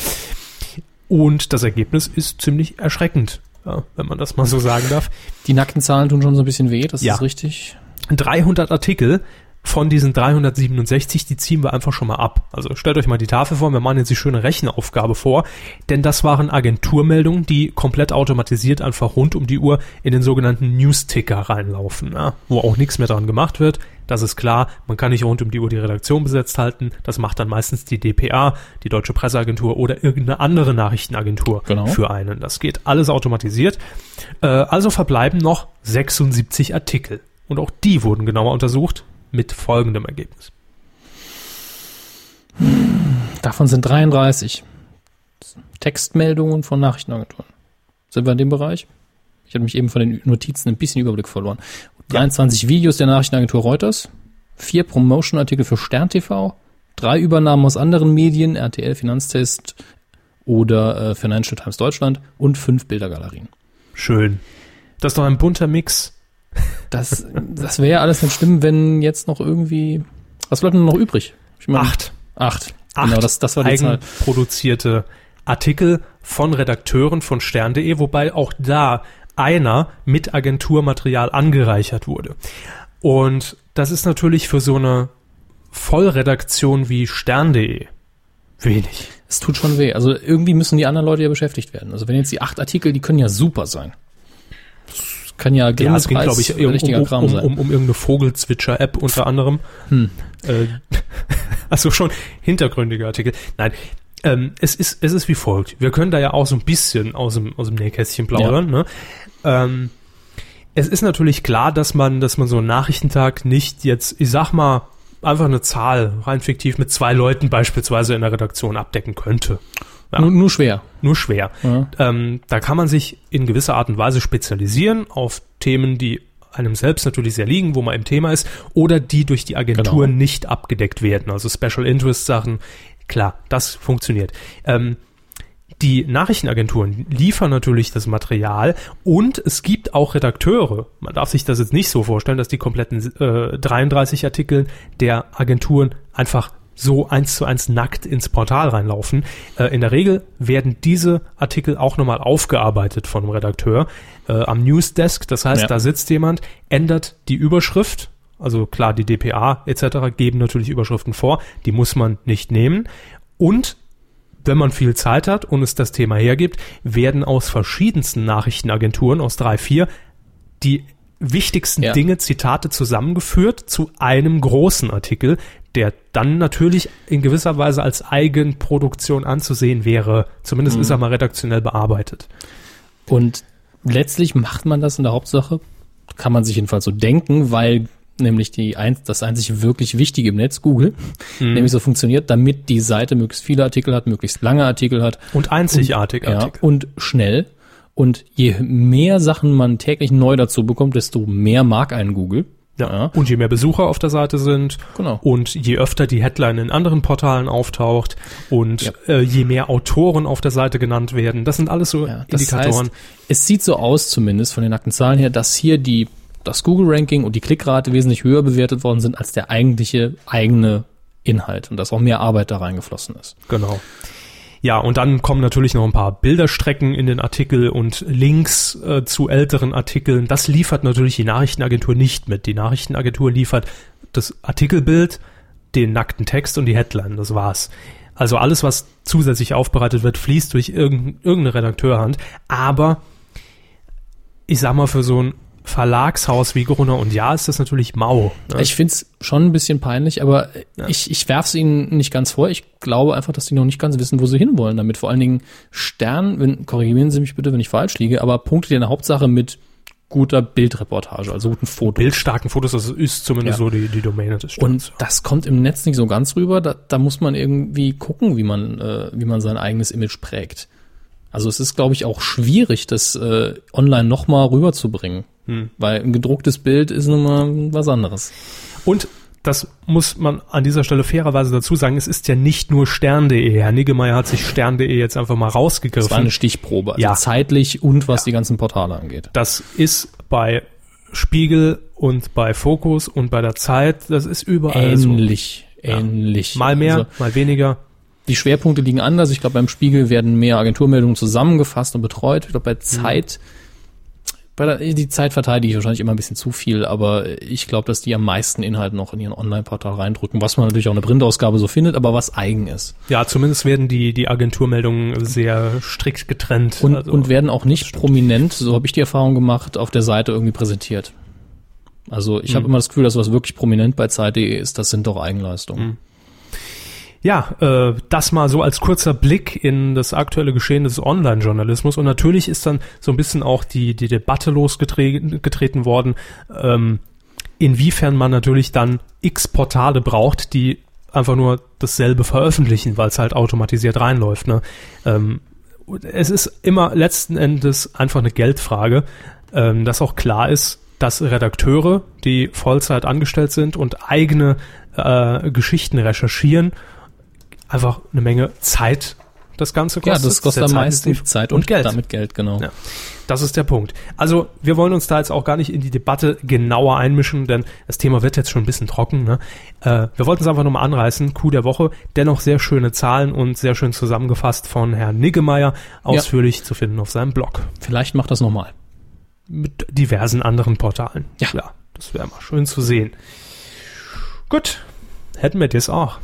Und das Ergebnis ist ziemlich erschreckend, ja, wenn man das mal so sagen darf. Die nackten Zahlen tun schon so ein bisschen weh, das Ja. ist richtig. 300 Artikel von diesen 367, die ziehen wir einfach schon mal ab. Also stellt euch mal die Tafel vor, wir machen jetzt die schöne Rechenaufgabe vor, denn das waren Agenturmeldungen, die komplett automatisiert einfach rund um die Uhr in den sogenannten News-Ticker reinlaufen, ja, wo auch nichts mehr dran gemacht wird. Das ist klar, man kann nicht rund um die Uhr die Redaktion besetzt halten, das macht dann meistens die DPA, die Deutsche Presseagentur oder irgendeine andere Nachrichtenagentur Genau. für einen. Das geht alles automatisiert. Äh, also verbleiben noch 76 Artikel. Und auch die wurden genauer untersucht mit folgendem Ergebnis. Davon sind 33 Textmeldungen von Nachrichtenagenturen. Sind wir in dem Bereich? Ich hatte mich eben von den Notizen ein bisschen Überblick verloren. 23 Videos der Nachrichtenagentur Reuters, vier Promotion-Artikel für Stern TV, drei Übernahmen aus anderen Medien, RTL Finanztest oder äh, Financial Times Deutschland und fünf Bildergalerien. Schön. Das ist doch ein bunter Mix. Das, das wäre ja alles nicht schlimm, wenn jetzt noch irgendwie. Was bleibt denn noch übrig? Ich meine- Acht. Acht. Acht Genau, das, das war die Zahl. eigenproduzierte Artikel von Redakteuren von stern.de, wobei auch da einer mit Agenturmaterial angereichert wurde. Und das ist natürlich für so eine Vollredaktion wie stern.de wenig. Es tut schon weh. Also irgendwie müssen die anderen Leute ja beschäftigt werden. Also wenn jetzt die acht Artikel, die können ja super sein. Das kann ja Ja, es ging, Grimme-Preis glaube ich, richtiger um, um, Kram um, sein. Hm. um, um irgendeine Vogelzwitscher-App unter anderem. Äh, also schon hintergründige Artikel. Nein, ähm, es, ist, es ist wie folgt. Wir können da ja auch so ein bisschen aus dem, aus dem Nähkästchen plaudern. Ne? Ähm, es ist natürlich klar, dass man, dass man so einen Nachrichtentag nicht jetzt, ich sag mal, einfach eine Zahl rein fiktiv mit zwei Leuten beispielsweise in der Redaktion abdecken könnte. Ja. nur, nur schwer. Nur schwer. Ja. Ähm, da kann man sich in gewisser Art und Weise spezialisieren auf Themen, die einem selbst natürlich sehr liegen, wo man im Thema ist, oder die durch die Agentur Genau. nicht abgedeckt werden. Also Special Interest Sachen. Klar, das funktioniert. Ähm, die Nachrichtenagenturen liefern natürlich das Material und es gibt auch Redakteure. Man darf sich das jetzt nicht so vorstellen, dass die kompletten äh, 33 Artikel der Agenturen einfach so eins zu eins nackt ins Portal reinlaufen. Äh, in der Regel werden diese Artikel auch nochmal aufgearbeitet von einem Redakteur äh, am Newsdesk. Das heißt, Ja. da sitzt jemand, ändert die Überschrift, also klar, die DPA etc. geben natürlich Überschriften vor, die muss man nicht nehmen. Und wenn man viel Zeit hat und es das Thema hergibt, werden aus verschiedensten Nachrichtenagenturen, aus drei, vier, die wichtigsten Ja. Dinge, Zitate zusammengeführt zu einem großen Artikel, der dann natürlich in gewisser Weise als Eigenproduktion anzusehen wäre. Mhm. Zumindest ist er mal redaktionell bearbeitet. Und letztlich macht man das in der Hauptsache, kann man sich jedenfalls so denken, weil nämlich die ein, das einzig wirklich Wichtige im Netz, Google, Mhm. nämlich so funktioniert, damit die Seite möglichst viele Artikel hat, möglichst lange Artikel hat, Und einzigartig Artikel. Ja, und schnell. Und je mehr Sachen man täglich neu dazu bekommt, desto mehr mag einen Google. Ja. Und je mehr Besucher auf der Seite sind Genau. und je öfter die Headline in anderen Portalen auftaucht und Ja. äh, je mehr Autoren auf der Seite genannt werden, das sind alles so Ja, das Indikatoren. heißt, es sieht so aus zumindest von den nackten Zahlen her, dass hier die das Google-Ranking und die Klickrate wesentlich höher bewertet worden sind als der eigentliche eigene Inhalt und dass auch mehr Arbeit da reingeflossen ist. Genau. Ja, und dann kommen natürlich noch ein paar Bilderstrecken in den Artikel und Links äh, zu älteren Artikeln. Das liefert natürlich die Nachrichtenagentur nicht mit. Die Nachrichtenagentur liefert das Artikelbild, den nackten Text und die Headline. Das war's. Also alles, was zusätzlich aufbereitet wird, fließt durch irgendein- irgendeine Redakteurhand. Aber ich sag mal, für so ein Verlagshaus wie Gruner und Ja ist das natürlich mau. ne? Ich find's schon ein bisschen peinlich, aber ich, ich werf's ihnen nicht ganz vor. Ich glaube einfach, dass die noch nicht ganz wissen, wo sie hinwollen damit. Vor allen Dingen Stern, wenn, korrigieren Sie mich bitte, wenn ich falsch liege, aber punktet in der Hauptsache mit guter Bildreportage, also guten Fotos. Bildstarken Fotos, das ist zumindest Ja. so die, die Domäne des Stunds. Und das kommt im Netz nicht so ganz rüber. Da, da muss man irgendwie gucken, wie man, äh, wie man sein eigenes Image prägt. Also es ist, glaube ich, auch schwierig, das äh, online nochmal rüberzubringen. Weil ein gedrucktes Bild ist nochmal was anderes. Und das muss man an dieser Stelle fairerweise dazu sagen, es ist ja nicht nur stern.de. Herr Niggemeier hat sich stern.de jetzt einfach mal Das war eine rausgegriffen. Stichprobe. Also Ja. zeitlich und was die ganzen Portale angeht. Das ist bei Spiegel und bei Fokus und bei der Zeit, das ist überall Ähnlich. Also, Ja. Ähnlich. so. Mal mehr, Also mal weniger. die Schwerpunkte liegen anders. Mhm. Ich glaube, beim Spiegel werden mehr Agenturmeldungen zusammengefasst und betreut. Ich glaube, bei Zeit Bei der, die Zeit verteidige ich wahrscheinlich immer ein bisschen zu viel, aber ich glaube, dass die am meisten Inhalt noch in ihren Online-Portal reindrücken, was man natürlich auch in der Printausgabe so findet, aber was eigen ist. Ja, zumindest werden die, die Agenturmeldungen sehr strikt getrennt. Und, Also, und werden auch nicht prominent, so habe ich die Erfahrung gemacht, auf der Seite irgendwie präsentiert. Also ich habe immer das Gefühl, dass was wirklich prominent bei Zeit.de ist, das sind doch Eigenleistungen. ja, äh, das mal so als kurzer Blick in das aktuelle Geschehen des Online-Journalismus. Und natürlich ist dann so ein bisschen auch die, die Debatte losgetreten getreten worden, ähm, inwiefern man natürlich dann x Portale braucht, die einfach nur dasselbe veröffentlichen, weil es halt automatisiert reinläuft. Ne? Ähm, es ist immer letzten Endes einfach eine Geldfrage, ähm, dass auch klar ist, dass Redakteure, die Vollzeit angestellt sind und eigene äh, Geschichten recherchieren, einfach eine Menge Zeit das Ganze Ja, kostet. das kostet Der am Zeit- meisten Zeit und, Geld. damit Geld, genau. Ja. Das ist der Punkt. Also wir wollen uns da jetzt auch gar nicht in die Debatte genauer einmischen, denn das Thema wird jetzt schon ein bisschen trocken. Ne? Äh, wir wollten es einfach nochmal anreißen. Coup der Woche. Dennoch sehr schöne Zahlen und sehr schön zusammengefasst von Herrn Niggemeier. Ausführlich zu finden auf seinem Blog. Vielleicht macht das nochmal. Mit diversen anderen Portalen. Ja. das wäre mal schön zu sehen. Gut, hätten wir das auch.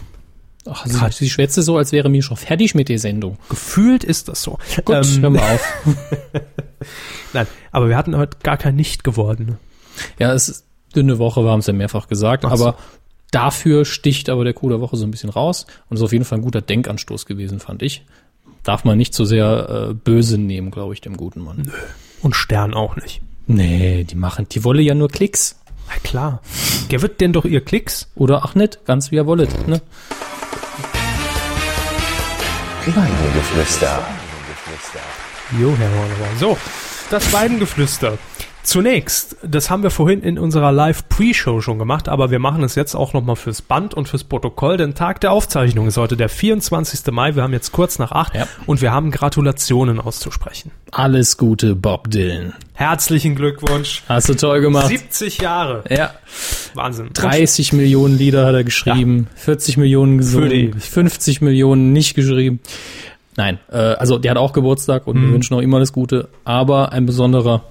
Ach, sie, sie schwätze so, als wäre mir schon fertig mit der Sendung. Gefühlt ist das so. Gut, Ähm, hör mal auf. nein, aber wir hatten heute gar kein Nicht geworden. Ja, es ist dünne Woche, wir haben es ja mehrfach gesagt, Ach so. aber dafür sticht aber der Coup der Woche so ein bisschen raus und ist auf jeden Fall ein guter Denkanstoß gewesen, fand ich. Darf man nicht so sehr äh, böse nehmen, glaube ich, dem guten Mann. Und Stern auch nicht. Nee, die machen, die wolle ja nur Klicks. Na klar. Gewinnt denn doch ihr Klicks? Oder ach nicht, ganz wie ihr wollet. Ne? Weidengeflüster. Jo, Herr Hornauer. So, das Weidengeflüster. Zunächst, das haben wir vorhin in unserer Live-Pre-Show schon gemacht, aber wir machen es jetzt auch nochmal fürs Band und fürs Protokoll, denn Tag der Aufzeichnung ist heute der 24. Mai, wir haben jetzt kurz nach 8 Ja. und wir haben Gratulationen auszusprechen. Alles Gute, Bob Dylan. Herzlichen Glückwunsch. Hast du toll gemacht. 70 Jahre. ja, Wahnsinn. 30 Millionen Lieder hat er geschrieben, 40 Millionen Für die- gesungen, 50 Millionen nicht geschrieben. Nein, äh, also der hat auch Geburtstag und Mhm. wir wünschen auch immer das Gute, aber ein besonderer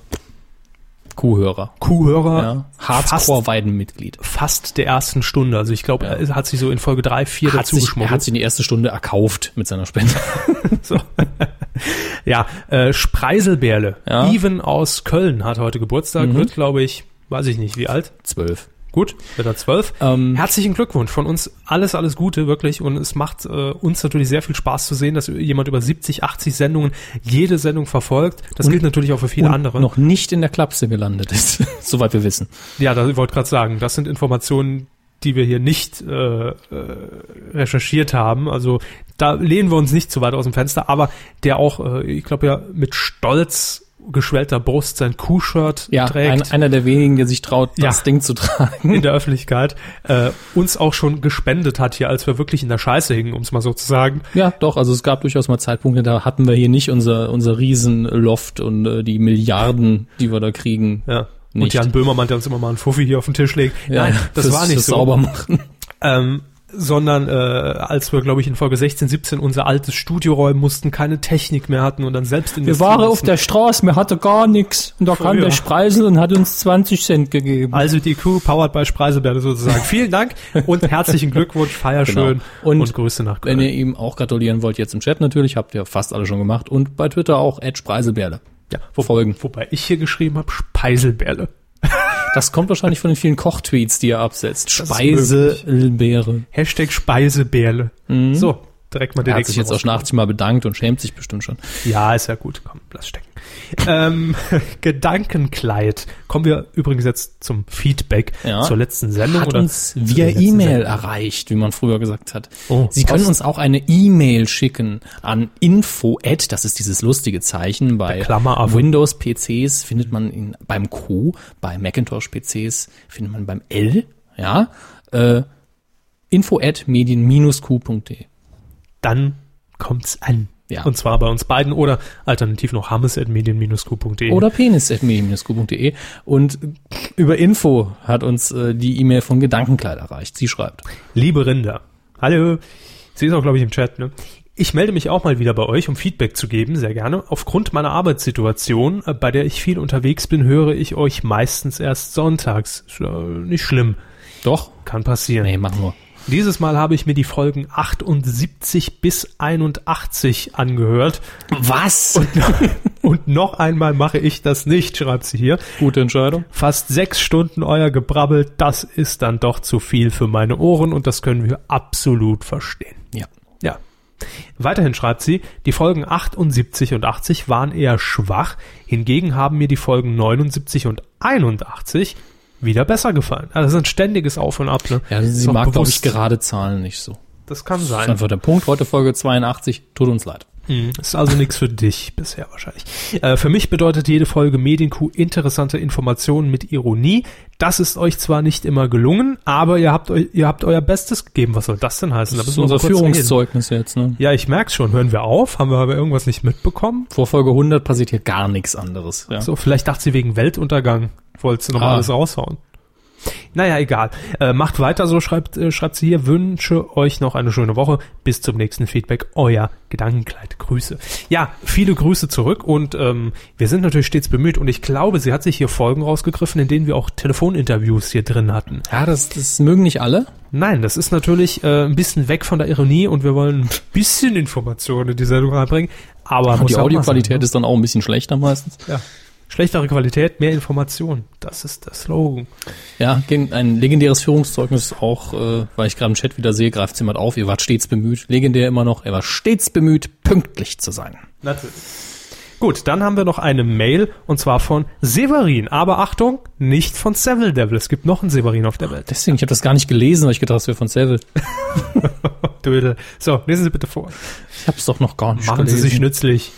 Kuhhörer. Kuhhörer Ja. Oh, fast, Hardcore-Weidenmitglied. fast der ersten Stunde. Also ich glaube, er hat sich so in Folge 3, 4 Hat dazu sich, er geschmuggelt. hat sich in die erste Stunde erkauft mit seiner Spende. Ja, äh, Spreiselbärle. Ja. Mhm. Even aus Köln hat heute Geburtstag, wird, glaube ich, weiß ich nicht, wie alt. Zwölf. Gut, wird er zwölf. Ähm. Herzlichen Glückwunsch von uns. Alles, alles Gute, wirklich. Und es macht äh, uns natürlich sehr viel Spaß zu sehen, dass jemand über 70, 80 Sendungen jede Sendung verfolgt. Das gilt natürlich auch für viele Und andere. noch nicht in der Klapse gelandet ist, soweit wir wissen. Ja, da ich wollte gerade sagen, das sind Informationen, die wir hier nicht äh, äh, recherchiert haben. Also da lehnen wir uns nicht zu weit aus dem Fenster, aber der auch, äh, ich glaube ja, mit stolz geschwellter Brust sein Q-Shirt Ja, ein, trägt einer der wenigen, der sich traut, Ja. das Ding zu tragen. in der Öffentlichkeit, äh, uns auch schon gespendet hat hier, als wir wirklich in der Scheiße hingen, um es mal so zu sagen. Ja, doch, also es gab durchaus mal Zeitpunkte, da hatten wir hier nicht unser, unser Riesenloft und äh, die Milliarden, die wir da kriegen. Ja. Und Nicht. Jan Böhmermann, der uns immer mal einen Fuffi hier auf den Tisch legt. Ja, Nein, das fürs- war nicht fürs so. sauber machen. ähm, sondern äh, als wir, glaube ich, in Folge 16, 17 unser altes Studio räumen mussten, keine Technik mehr hatten und dann selbst Wir investieren waren auf mussten. der Straße, wir hatten gar nichts. Und da kam Früher. der Spreisel und hat uns 20 Cent gegeben. also die Crew powered by Spreiselberg sozusagen. Vielen Dank und herzlichen Glückwunsch, feier schön Genau. Und Grüße nach Wenn Köln. ihr ihm auch gratulieren wollt, jetzt im Chat natürlich, habt ihr fast alle schon gemacht. Und bei Twitter auch, Spreiselberle. Ja, wo folgen? Wobei ich hier geschrieben habe, Speiselberle. Das kommt wahrscheinlich von den vielen Kochtweets, die ihr absetzt. ist möglich. Spreiselbeere. Hashtag Speisebärle. So, direkt mal den Er Mhm. hat sich nächsten jetzt auch schon 80 Mal bedankt und schämt sich bestimmt schon. Ja, ist ja gut. Komm, lass stecken. ähm, Gedankenkleid. Kommen wir übrigens jetzt zum Feedback Ja. zur letzten Sendung. hat oder uns zu via der letzten E-Mail Sendung. erreicht, wie man früher gesagt hat. Oh, Sie können uns auch eine E-Mail schicken an info at, das ist dieses lustige Zeichen bei Der Klammeraffe. Windows PCs findet man ihn beim Q, bei Macintosh PCs findet man beim L, ja, äh, info at medien-q.de. Dann kommt's an. Ja. Und zwar bei uns beiden oder alternativ noch hammes.medien-q.de. Oder penis at medien-q.de. Und über Info hat uns äh, die E-Mail von Gedankenkleid erreicht. Sie schreibt. Liebe Rinder. Hallo. Sie ist auch, glaube ich, im Chat, ne? Ich melde mich auch mal wieder bei euch, um Feedback zu geben, sehr gerne. Aufgrund meiner Arbeitssituation, äh, bei der ich viel unterwegs bin, höre ich euch meistens erst sonntags. Ist, äh, nicht schlimm. Doch? Kann passieren. Nee, machen wir. Dieses Mal habe ich mir die Folgen 78 bis 81 angehört. Was? Und noch einmal mache ich das nicht, schreibt sie hier. Gute Entscheidung. Fast sechs Stunden euer Gebrabbel, das ist dann doch zu viel für meine Ohren und das können wir absolut verstehen. Ja. Ja. Weiterhin schreibt sie, die Folgen 78 und 80 waren eher schwach, hingegen haben mir die Folgen 79 und 81 wieder besser gefallen. Also das ist ein ständiges Auf und Ab. Ne? Ja, Ist sie auch mag, glaube ich, bewusst. gerade Zahlen nicht so. Das kann Das ist sein. einfach der Punkt. Heute Folge 82. Tut uns leid. Ist also nichts für dich bisher wahrscheinlich. Äh, für mich bedeutet jede Folge Medienkuh interessante Informationen mit Ironie. Das ist euch zwar nicht immer gelungen, aber ihr habt, eu ihr habt euer Bestes gegeben. Was soll das denn heißen? Das ist müssen wir unser mal kurz reden. Führungszeugnis jetzt, ne? Ja, ich merk's schon. Hören wir auf? Haben wir aber irgendwas nicht mitbekommen? Vor Folge 100 passiert hier gar nichts anderes. Ja. So, vielleicht dachte sie wegen Weltuntergang. Wolltest du nochmal Ah. alles raushauen. Naja, egal. Äh, macht weiter so, schreibt, äh, schreibt sie hier. Wünsche euch noch eine schöne Woche. Bis zum nächsten Feedback. Euer Gedankenkleid. Grüße. Ja, viele Grüße zurück und ähm, wir sind natürlich stets bemüht und ich glaube, sie hat sich hier Folgen rausgegriffen, in denen wir auch Telefoninterviews hier drin hatten. Ja, das, das mögen nicht alle. Nein, das ist natürlich äh, ein bisschen weg von der Ironie und wir wollen ein bisschen Informationen in die Sendung reinbringen. Aber muss die ja auch mal sein, Audioqualität ne? ist dann auch ein bisschen schlechter meistens. Ja. Schlechtere Qualität, mehr Information. Das ist der Slogan. Ja, gegen ein legendäres Führungszeugnis auch, äh, weil ich gerade im Chat wieder sehe, greift jemand auf. Ihr wart stets bemüht. Legendär immer noch. Er war stets bemüht, pünktlich zu sein. Natürlich. Gut, dann haben wir noch eine Mail und zwar von Severin. Aber Achtung, nicht von Seville Devil. Es gibt noch einen Severin auf der Welt. Deswegen, ich habe das gar nicht gelesen, weil ich gedacht, das wäre von Seville. Dödel. So, lesen Sie bitte vor. Ich habe es doch noch gar nicht Machen Sie gelesen. sich nützlich.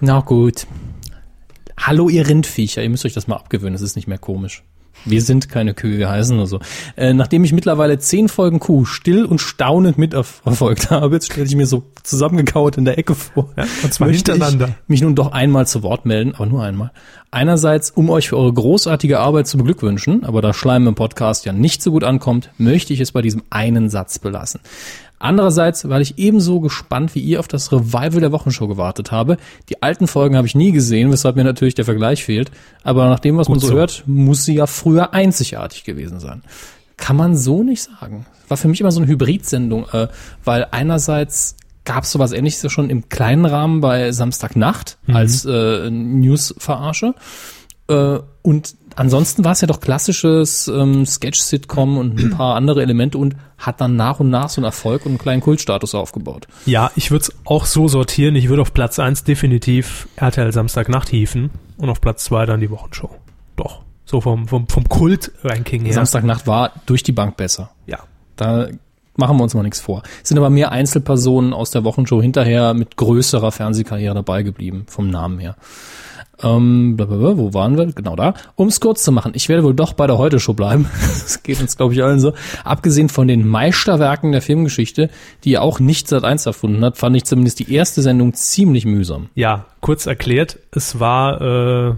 Na gut. Hallo, ihr Rindviecher. Ihr müsst euch das mal abgewöhnen. Es ist nicht mehr komisch. Wir sind keine Kühe, wir heißen nur so. Äh, nachdem ich mittlerweile zehn Folgen Kuh still und staunend mitverfolgt habe, jetzt stelle ich mir so zusammengekaut in der Ecke vor. Ja, und zwar möchte hintereinander. Ich mich nun doch einmal zu Wort melden, aber nur einmal. Einerseits, um euch für eure großartige Arbeit zu beglückwünschen, aber da Schleim im Podcast ja nicht so gut ankommt, möchte ich es bei diesem einen Satz belassen. Andererseits, weil ich ebenso gespannt wie ihr auf das Revival der Wochenshow gewartet habe. Die alten Folgen habe ich nie gesehen, weshalb mir natürlich der Vergleich fehlt. Aber nach dem, was man so, so. hört, muss sie ja früher einzigartig gewesen sein. Kann man so nicht sagen. War für mich immer so eine Hybrid-Sendung, äh, weil einerseits gab es sowas ähnliches ja schon im kleinen Rahmen bei Samstagnacht als äh, News-Verarsche. Äh, und ansonsten war es ja doch klassisches ähm, Sketch-Sitcom und ein paar andere Elemente und hat dann nach und nach so einen Erfolg und einen kleinen Kultstatus aufgebaut. Ja, ich würde es auch so sortieren. Ich würde auf Platz 1 definitiv RTL Samstagnacht hieven und auf Platz 2 dann die Wochenshow. Doch. So vom, vom, vom Kult-Ranking her. Samstagnacht war durch die Bank besser. Ja. Da machen wir uns mal nichts vor. Es sind aber mehr Einzelpersonen aus der Wochenshow hinterher mit größerer Fernsehkarriere dabei geblieben, vom Namen her. Ähm, blablabla, wo waren wir? Genau da. Um es kurz zu machen, ich werde wohl doch bei der Heute-Show bleiben. Das geht uns, glaube ich, allen so. Abgesehen von den Meisterwerken der Filmgeschichte, die ja auch nicht seit eins erfunden hat, fand ich zumindest die erste Sendung ziemlich mühsam. Ja, kurz erklärt, es war, äh,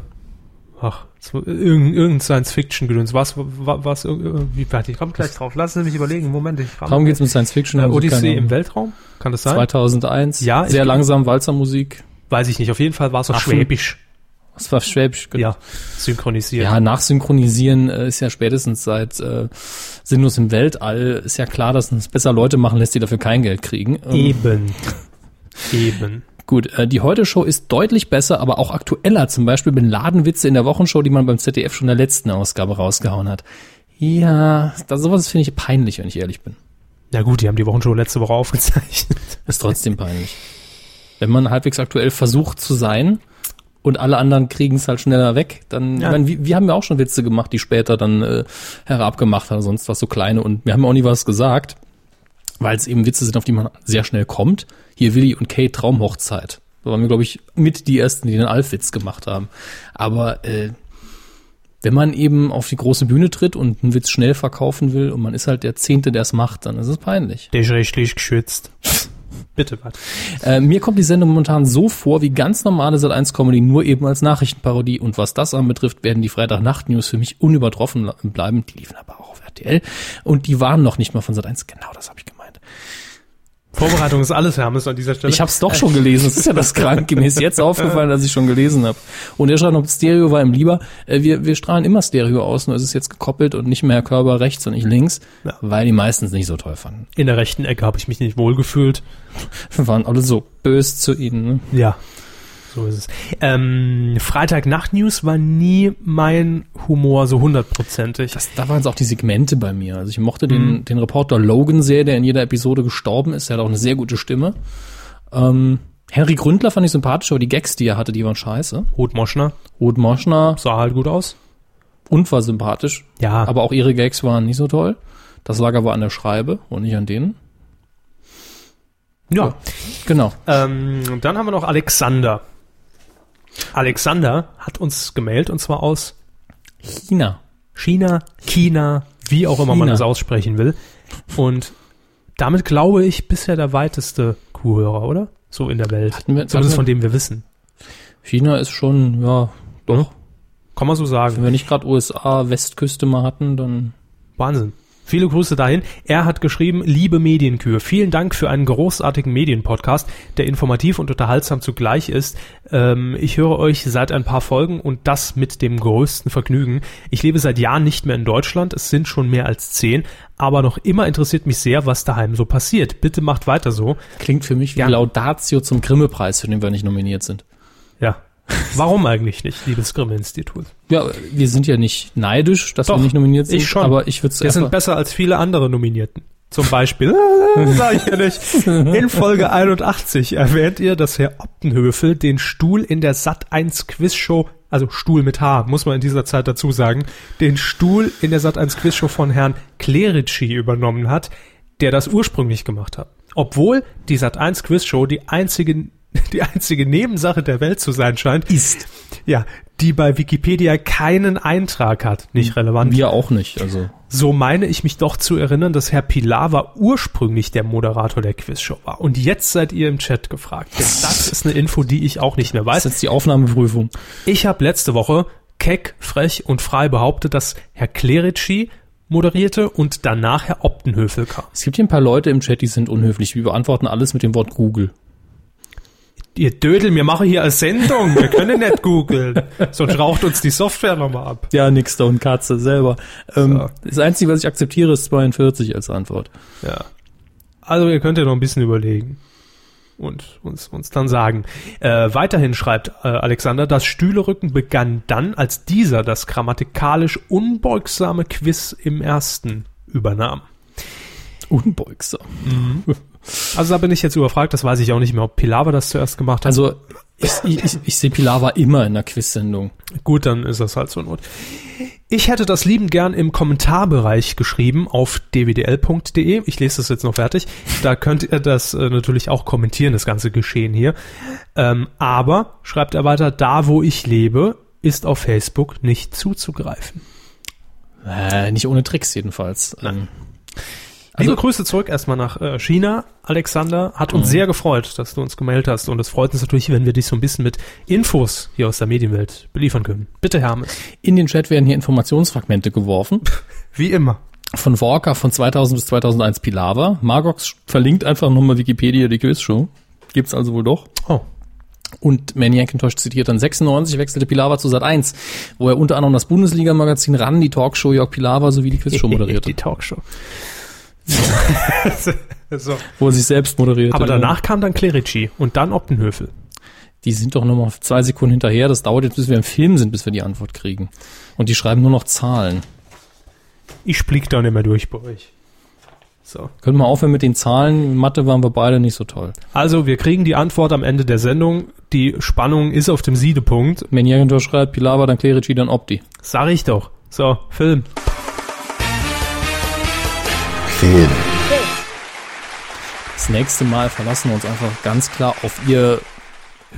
ach, es war irgendein, irgendein Science-Fiction-Gedöns. Was, was, was, wie, warte, ich komm gleich drauf. Lassen Sie mich überlegen. Moment, ich Darum geht's mit Science Fiction. Äh, haben Sie keine Odyssee Ahnung. im Weltraum? Kann das sein? 2001. Ja, ich- Sehr langsam, Walzermusik. Weiß ich nicht. Auf jeden Fall war es auch Affen. schwäbisch. Das war Schwäbisch. genau. Ja, synchronisiert. Ja, nachsynchronisieren äh, ist ja spätestens seit äh, Sinnlos im Weltall ist ja klar, dass es besser Leute machen lässt, die dafür kein Geld kriegen. Ähm, Eben. Eben. Gut, äh, die Heute-Show ist deutlich besser, aber auch aktueller. Zum Beispiel mit Ladenwitze in der Wochenshow, die man beim ZDF schon in der letzten Ausgabe rausgehauen hat. Ja, das, sowas finde ich peinlich, wenn ich ehrlich bin. Na gut, die haben die Wochenshow letzte Woche aufgezeichnet. Ist trotzdem peinlich. Wenn man halbwegs aktuell versucht zu sein und alle anderen kriegen es halt schneller weg, dann, Ja. ich meine, wir, wir haben ja auch schon Witze gemacht, die später dann äh, herabgemacht haben, sonst was so kleine und wir haben auch nie was gesagt, weil es eben Witze sind, auf die man sehr schnell kommt. Hier Willi und Kate Traumhochzeit. Da waren wir, glaube ich, mit die ersten, die den Alf-Witz gemacht haben. Aber äh, wenn man eben auf die große Bühne tritt und einen Witz schnell verkaufen will und man ist halt der Zehnte, der es macht, dann ist es peinlich. Der ist rechtlich geschützt. Bitte, warte. Äh, mir kommt die Sendung momentan so vor wie ganz normale Sat1 Comedy, nur eben als Nachrichtenparodie. Und was das anbetrifft, werden die Freitagnacht-News für mich unübertroffen la- bleiben. Die liefen aber auch auf RTL. Und die waren noch nicht mal von Sat1. Genau das habe ich gemeint. Vorbereitung ist alles, Hermes, an dieser Stelle. Ich habe es doch schon gelesen. Es ist ja das krank. Mir ist jetzt aufgefallen, dass ich schon gelesen habe. Und er schreibt noch, Stereo war ihm lieber. Äh, Wir, wir strahlen immer Stereo aus, nur ist es ist jetzt gekoppelt und nicht mehr Herr Körber rechts und nicht links, Ja. weil die meistens nicht so toll fanden. in der rechten Ecke habe ich mich nicht wohlgefühlt. Wir waren alle so böse zu ihnen. Ne? Ja, so ist es. Ähm, Freitagnacht-News war nie mein Humor so hundertprozentig. Das, da waren es auch die Segmente bei mir. Also ich mochte den, den Reporter Logan sehr, der in jeder Episode gestorben ist. Er hat auch eine sehr gute Stimme. Ähm, Henry Gründler fand ich sympathisch, aber die Gags, die er hatte, die waren scheiße. Ruth Moschner Ruth Moschner sah halt gut aus. unfassbar sympathisch. Ja. Aber auch ihre Gags waren nicht so toll. Das Lager war an der Schreibe und nicht an denen. Ja. Genau. Ähm, und dann haben wir noch Alexander. Alexander hat uns gemeldet und zwar aus China. China, China, wie auch immer man China. es aussprechen will. Und damit glaube ich bisher der weiteste Kuhhörer, oder? So in der Welt. Hatten wir- hatten wir- Zumindest von dem wir wissen. China ist schon, ja, doch. Kann man so sagen. Wenn wir nicht gerade USA, Westküste mal hatten, dann Wahnsinn. Viele Grüße dahin. Er hat geschrieben, liebe Medienkühe, vielen Dank für einen großartigen Medienpodcast, der informativ und unterhaltsam zugleich ist. Ähm, ich höre euch seit ein paar Folgen und das mit dem größten Vergnügen. Ich lebe seit Jahren nicht mehr in Deutschland, es sind schon mehr als zehn, aber noch immer interessiert mich sehr, was daheim so passiert. Bitte macht weiter so. klingt für mich wie Ja. Laudatio zum Grimme-Preis, für den wir nicht nominiert sind. Ja. Warum eigentlich nicht, liebes Grimme-Institut? Ja, wir sind ja nicht neidisch, dass Doch, wir nicht nominiert sind. ich schon. Aber ich würde es Wir sind besser als viele andere Nominierten. Zum Beispiel, äh, sag ich ja nicht, in Folge 81 erwähnt ihr, dass Herr Optenhöfel den Stuhl in der Sat1 Quizshow, also Stuhl mit H, muss man in dieser Zeit dazu sagen, den Stuhl in der Sat1 Quizshow von Herrn Clerici übernommen hat, der das ursprünglich gemacht hat. Obwohl die Sat1 Quizshow die einzige, die einzige Nebensache der Welt zu sein scheint, ist. ja, die bei Wikipedia keinen Eintrag hat, nicht relevant. Wir auch nicht. Also So meine ich mich doch zu erinnern, dass Herr Pilawa ursprünglich der Moderator der Quizshow war. Und jetzt seid ihr im Chat gefragt. Denn das ist eine Info, die ich auch nicht mehr das weiß. ist jetzt die Aufnahmeprüfung. Ich habe letzte Woche keck, frech und frei behauptet, dass Herr Clerici moderierte und danach Herr Optenhöfel kam. Es gibt hier ein paar Leute im Chat, die sind unhöflich. Wir beantworten alles mit dem Wort Google. Ihr Dödel, wir machen hier eine Sendung. Wir können nicht googeln. Sonst raucht uns die Software nochmal ab. Ja, nix da und Katze selber. Ähm, Das Einzige, was ich akzeptiere, ist 42 als Antwort. Ja. Also ihr könnt ja noch ein bisschen überlegen und uns, uns dann sagen. Äh, weiterhin schreibt äh, Alexander, das Stühlerücken begann dann, als dieser das grammatikalisch unbeugsame Quiz im ersten übernahm. Unbeugsam. Also da bin ich jetzt überfragt, das weiß ich auch nicht mehr, ob Pilawa das zuerst gemacht hat. Also ich, ich, ich, ich sehe Pilar immer in der Quiz-Sendung. Gut, dann ist das halt so Not. Ich hätte das liebend gern im Kommentarbereich geschrieben auf dwdl.de. Ich lese das jetzt noch fertig. Da könnt ihr das äh, natürlich auch kommentieren, das ganze Geschehen hier. Ähm, aber, schreibt er weiter, da wo ich lebe, ist auf Facebook nicht zuzugreifen. Äh, nicht ohne Tricks jedenfalls. Ähm, Liebe Grüße zurück erstmal nach äh, China. Alexander, hat uns sehr gefreut, dass du uns gemeldet hast. Und es freut uns natürlich, wenn wir dich so ein bisschen mit Infos hier aus der Medienwelt beliefern können. Bitte, Hermes. in den Chat werden hier Informationsfragmente geworfen. Wie immer. Von Walker von 2000 bis 2001 Pilava. Margox verlinkt einfach nochmal Wikipedia die Quizshow. Gibt's also wohl doch. Oh. Und Maniac Enttäusch zitiert dann 96 wechselte Pilawa zu Sat 1, wo er unter anderem das Bundesliga-Magazin ran, die Talkshow Jörg Pilawa sowie die Quizshow moderierte. Die Talkshow. so. wo er sich selbst moderierte. Aber danach kam dann Clerici und dann Optenhöfel. Die sind doch nur noch zwei Sekunden hinterher. Das dauert jetzt, bis wir im Film sind, bis wir die Antwort kriegen. Und die schreiben nur noch Zahlen. Ich blick da nicht mehr durch bei euch. So. Können wir aufhören mit den Zahlen? In Mathe waren wir beide nicht so toll. Also, wir kriegen die Antwort am Ende der Sendung. Die Spannung ist auf dem Siedepunkt. Maniac Enttäusch schreibt Pilawa, dann Clerici, dann Opti. Sag ich doch. So, Film. Film. Das nächste Mal verlassen wir uns einfach ganz klar auf ihr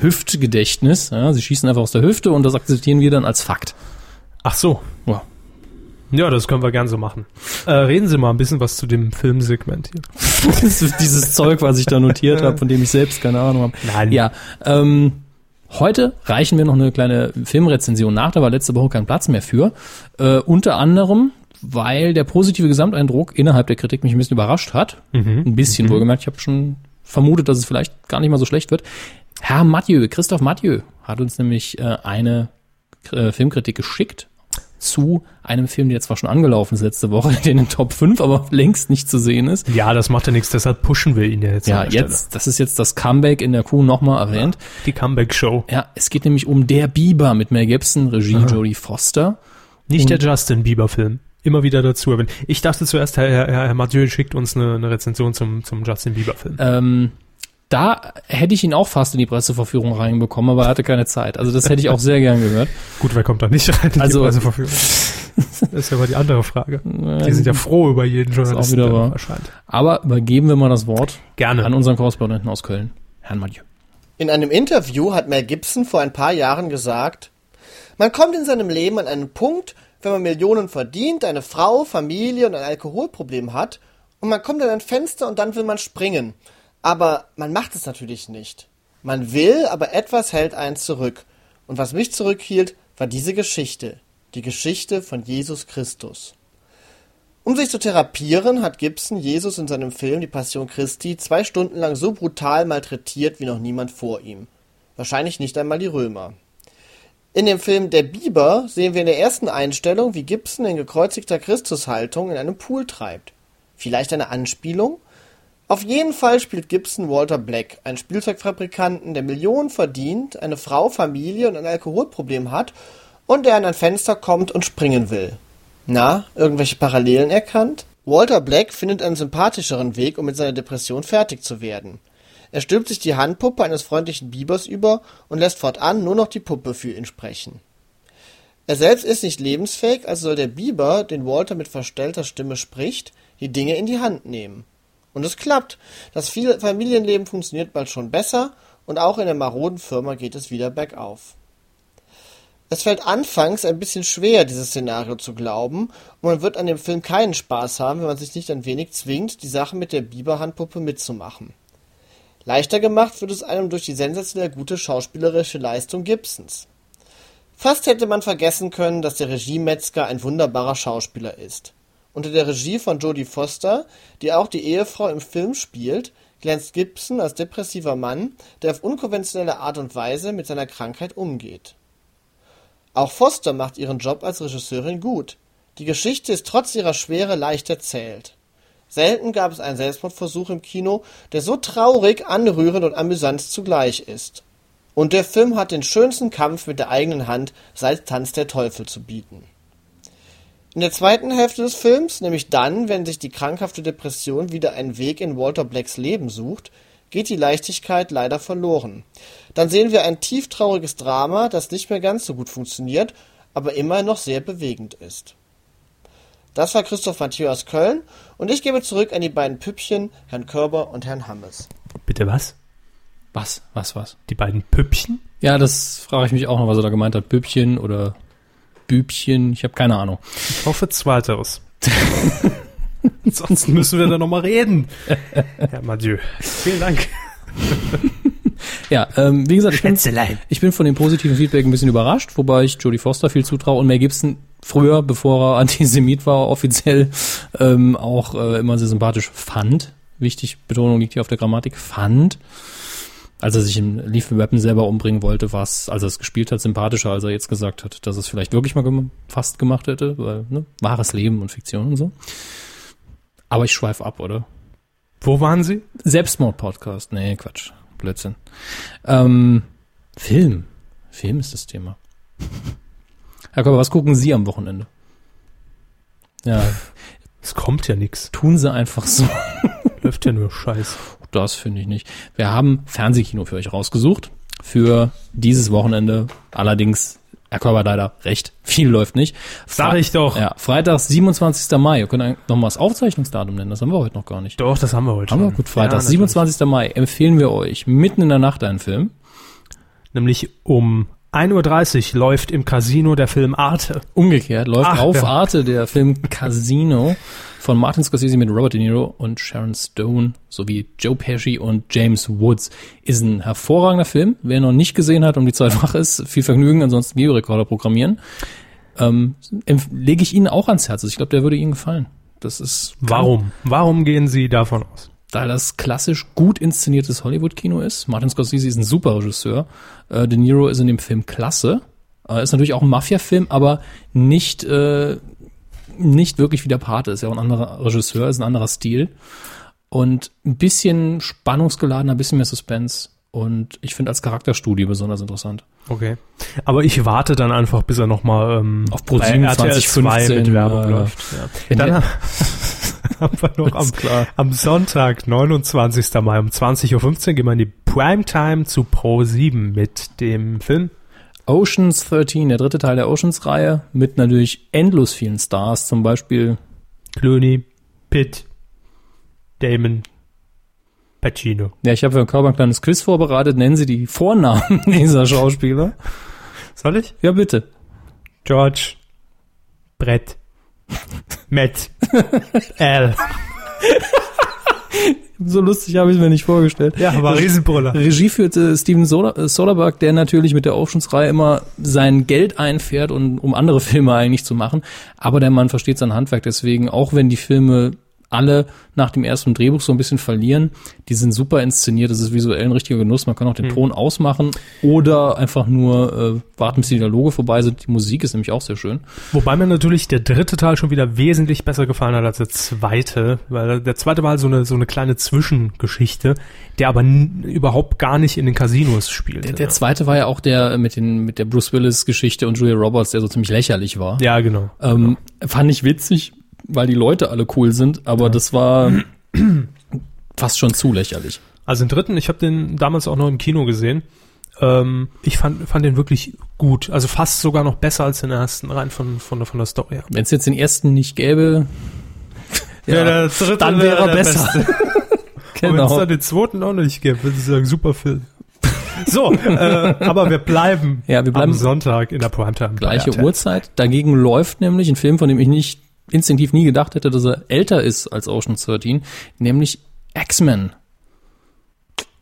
Hüftgedächtnis. Ja, sie schießen einfach aus der Hüfte und das akzeptieren wir dann als Fakt. Ach so. Ja. Ja, das können wir gern so machen. Äh, reden Sie mal ein bisschen was zu dem Filmsegment hier. Das ist dieses Zeug, was ich da notiert habe, von dem ich selbst keine Ahnung habe. Nein. Ja, ähm, heute reichen wir noch eine kleine Filmrezension nach, da war letzte Woche kein Platz mehr für. Äh, unter anderem, Mhm. weil der positive Gesamteindruck innerhalb der Kritik mich ein bisschen überrascht hat. Ein bisschen wohlgemerkt, ich habe schon vermutet, dass es vielleicht gar nicht mal so schlecht wird. Herr Mathieu, Christoph Mathieu hat uns nämlich äh, eine äh, Filmkritik geschickt zu einem Film, der zwar schon angelaufen ist letzte Woche, der in den Top 5 aber längst nicht zu sehen ist. Ja, das macht ja nichts, deshalb pushen wir ihn ja jetzt. Ja, an der Stelle. jetzt, das ist jetzt das Comeback in der Kuh nochmal erwähnt. Die Comeback-Show. Ja, es geht nämlich um Der Biber mit Mel Gibson, Regie Jodie Foster. Nicht der Justin Bieber-Film. Immer wieder dazu erwähnen. Ich dachte zuerst, Herr, Herr, Herr Mathieu schickt uns eine, eine Rezension zum, zum Justin Bieber-Film. Ähm, da hätte ich ihn auch fast in die Presseverführung reinbekommen, aber er hatte keine Zeit. Also das hätte ich auch sehr gern gehört. Gut, wer kommt da nicht rein? in die Also- Presseverführung? das ist ja mal die andere Frage. Die sind ja froh über jeden Journalisten, wieder der wahr. erscheint. Aber übergeben wir mal das Wort Gerne. an unseren Korrespondenten aus Köln, Herrn Mathieu. In einem Interview hat Mel Gibson vor ein paar Jahren gesagt, man kommt in seinem Leben an einen Punkt, wenn man Millionen verdient, eine Frau, Familie und ein Alkoholproblem hat, und man kommt an ein Fenster und dann will man springen. Aber man macht es natürlich nicht. Man will, aber etwas hält einen zurück. Und was mich zurückhielt, war diese Geschichte. Die Geschichte von Jesus Christus. Um sich zu therapieren, hat Gibson Jesus in seinem Film Die Passion Christi zwei Stunden lang so brutal malträtiert wie noch niemand vor ihm. Wahrscheinlich nicht einmal die Römer. In dem Film Der Biber sehen wir in der ersten Einstellung, wie Gibson in gekreuzigter Christushaltung in einem Pool treibt. Vielleicht eine Anspielung? Auf jeden Fall spielt Gibson Walter Black, einen Spielzeugfabrikanten, der Millionen verdient, eine Frau, Familie und ein Alkoholproblem hat und der an ein Fenster kommt und springen will. Na, irgendwelche Parallelen erkannt? Walter Black findet einen sympathischeren Weg, um mit seiner Depression fertig zu werden. Er stülpt sich die Handpuppe eines freundlichen Bibers über und lässt fortan nur noch die Puppe für ihn sprechen. Er selbst ist nicht lebensfähig, also soll der Biber, den Walter mit verstellter Stimme spricht, die Dinge in die Hand nehmen. Und es klappt. Das viel- Familienleben funktioniert bald schon besser und auch in der maroden Firma geht es wieder bergauf. Es fällt anfangs ein bisschen schwer, dieses Szenario zu glauben, und man wird an dem Film keinen Spaß haben, wenn man sich nicht ein wenig zwingt, die Sache mit der Biberhandpuppe mitzumachen. Leichter gemacht wird es einem durch die sensationell gute schauspielerische Leistung Gibsons. Fast hätte man vergessen können, dass der Regiemetzger ein wunderbarer Schauspieler ist. Unter der Regie von Jodie Foster, die auch die Ehefrau im Film spielt, glänzt Gibson als depressiver Mann, der auf unkonventionelle Art und Weise mit seiner Krankheit umgeht. Auch Foster macht ihren Job als Regisseurin gut. Die Geschichte ist trotz ihrer Schwere leicht erzählt. Selten gab es einen Selbstmordversuch im Kino, der so traurig, anrührend und amüsant zugleich ist. Und der Film hat den schönsten Kampf mit der eigenen Hand seit Tanz der Teufel zu bieten. In der zweiten Hälfte des Films, nämlich dann, wenn sich die krankhafte Depression wieder einen Weg in Walter Blacks Leben sucht, geht die Leichtigkeit leider verloren. Dann sehen wir ein tieftrauriges Drama, das nicht mehr ganz so gut funktioniert, aber immer noch sehr bewegend ist. Das war Christoph Mathieu aus Köln und ich gebe zurück an die beiden Püppchen, Herrn Körber und Herrn Hammes. Bitte was? Was, was, was? Die beiden Püppchen? Ja, das frage ich mich auch noch, was er da gemeint hat. Bübchen oder Bübchen, ich habe keine Ahnung. Ich hoffe zweiteres. Ansonsten müssen wir da nochmal reden. Herr Mathieu, vielen Dank. Ja, ähm, wie gesagt, ich bin, ich bin von dem positiven Feedback ein bisschen überrascht, wobei ich Jodie Foster viel zutraue und Mel Gibson früher, bevor er Antisemit war, offiziell ähm, auch äh, immer sehr sympathisch fand. Wichtig, Betonung liegt hier auf der Grammatik, fand. Als er sich im Leaf Weapon selber umbringen wollte, war es, als er es gespielt hat, sympathischer, als er jetzt gesagt hat, dass er es vielleicht wirklich mal gem fast gemacht hätte, weil, ne, wahres Leben und Fiktion und so. Aber ich schweif ab, oder? Wo waren Sie? Selbstmord-Podcast. Nee, Quatsch. Blödsinn. Ähm, Film. Film ist das Thema. Herr Körber, was gucken Sie am Wochenende? Ja, Es kommt ja nichts. tun Sie einfach so. Läuft ja nur Scheiß. Das finde ich nicht. Wir haben Fernsehkino für euch rausgesucht. Für dieses Wochenende. Allerdings, Herr Körber hat leider recht. Viel läuft nicht. Sag Fre- ich doch. Ja, Freitag, 27. Mai. Wir können nochmal das Aufzeichnungsdatum nennen. Das haben wir heute noch gar nicht. Doch, das haben wir heute Haben wir schon. gut, Freitag, Ja, 27. Mai empfehlen wir euch mitten in der Nacht einen Film. natürlich. Nämlich um 1.30 Uhr läuft im Casino der Film Arte. Umgekehrt läuft Ach, auf ja. Arte der Film Casino von Martin Scorsese mit Robert De Niro und Sharon Stone sowie Joe Pesci und James Woods. Ist ein hervorragender Film. Wer ihn noch nicht gesehen hat und die Zeit wach ist, viel Vergnügen, ansonsten Videorekorder programmieren. Ähm, empf- Also lege ich Ihnen auch ans Herz. Ich glaube, der würde Ihnen gefallen. Das ist Warum? Warum gehen Sie davon aus? da das klassisch gut inszeniertes Hollywood-Kino ist. Martin Scorsese ist ein super Regisseur. Äh, De Niro ist in dem Film klasse. Äh, ist natürlich auch ein Mafia-Film, aber nicht, äh, nicht wirklich wie der Pate. Ist ja auch ein anderer Regisseur, ist ein anderer Stil. Und ein bisschen spannungsgeladener, ein bisschen mehr Suspense. Und ich finde als Charakterstudie besonders interessant. Okay. Aber ich warte dann einfach, bis er nochmal ähm, Auf Pro 7 2015, mit Werbung äh, läuft. Ja. wenn Dann der- haben wir noch am, Ist klar. am Sonntag, 29. Mai um 20.15 Uhr gehen wir in die Primetime zu Pro 7 mit dem Film. Oceans 13, der dritte Teil der Oceans-Reihe, mit natürlich endlos vielen Stars, zum Beispiel Clooney, Pitt, Damon, Pacino. Ja, ich habe für Körper ein kleines Quiz vorbereitet. Nennen Sie die Vornamen dieser Schauspieler. Soll ich? Ja, bitte. George, Brett, Matt, Al. So lustig habe ich es mir nicht vorgestellt. Ja, war Riesenbrüller. Regie führte Steven Soder- äh, Soderbergh, der natürlich mit der Oceans-Reihe immer sein Geld einfährt, und, um andere Filme eigentlich zu machen. Aber der Mann versteht sein Handwerk. Deswegen, auch wenn die Filme alle nach dem ersten Drehbuch so ein bisschen verlieren, die sind super inszeniert. Das ist visuell ein richtiger Genuss. Man kann auch den Ton ausmachen oder einfach nur äh, warten, bis die Dialoge vorbei sind. Die Musik ist nämlich auch sehr schön. Wobei mir natürlich der dritte Teil schon wieder wesentlich besser gefallen hat als der zweite, weil der zweite war halt so eine, so eine kleine Zwischengeschichte, der aber n- überhaupt gar nicht in den Casinos spielte. Der zweite war ja auch der mit, den, mit der Bruce Willis-Geschichte und Julia Roberts, der so ziemlich lächerlich war. ja. ja, genau. Ähm, fand ich witzig, weil die Leute alle cool sind, aber das war fast schon zu lächerlich. Also den dritten, ich habe den damals auch noch im Kino gesehen. Ähm, ich fand, fand den wirklich gut. Also fast sogar noch besser als den ersten, rein von, von, von der Story her. Wenn es jetzt den ersten nicht gäbe, ja, dritte dann wäre er besser. Wenn es genau. dann den zweiten auch nicht gibt, würde ich sagen, super Film. So, äh, aber wir bleiben, Ja, wir bleiben- am Sonntag in der Primetime. Gleiche Ja. Uhrzeit. Dagegen läuft nämlich ein Film, von dem ich nicht instinktiv nie gedacht hätte, dass er älter ist als Ocean's 13, nämlich X-Men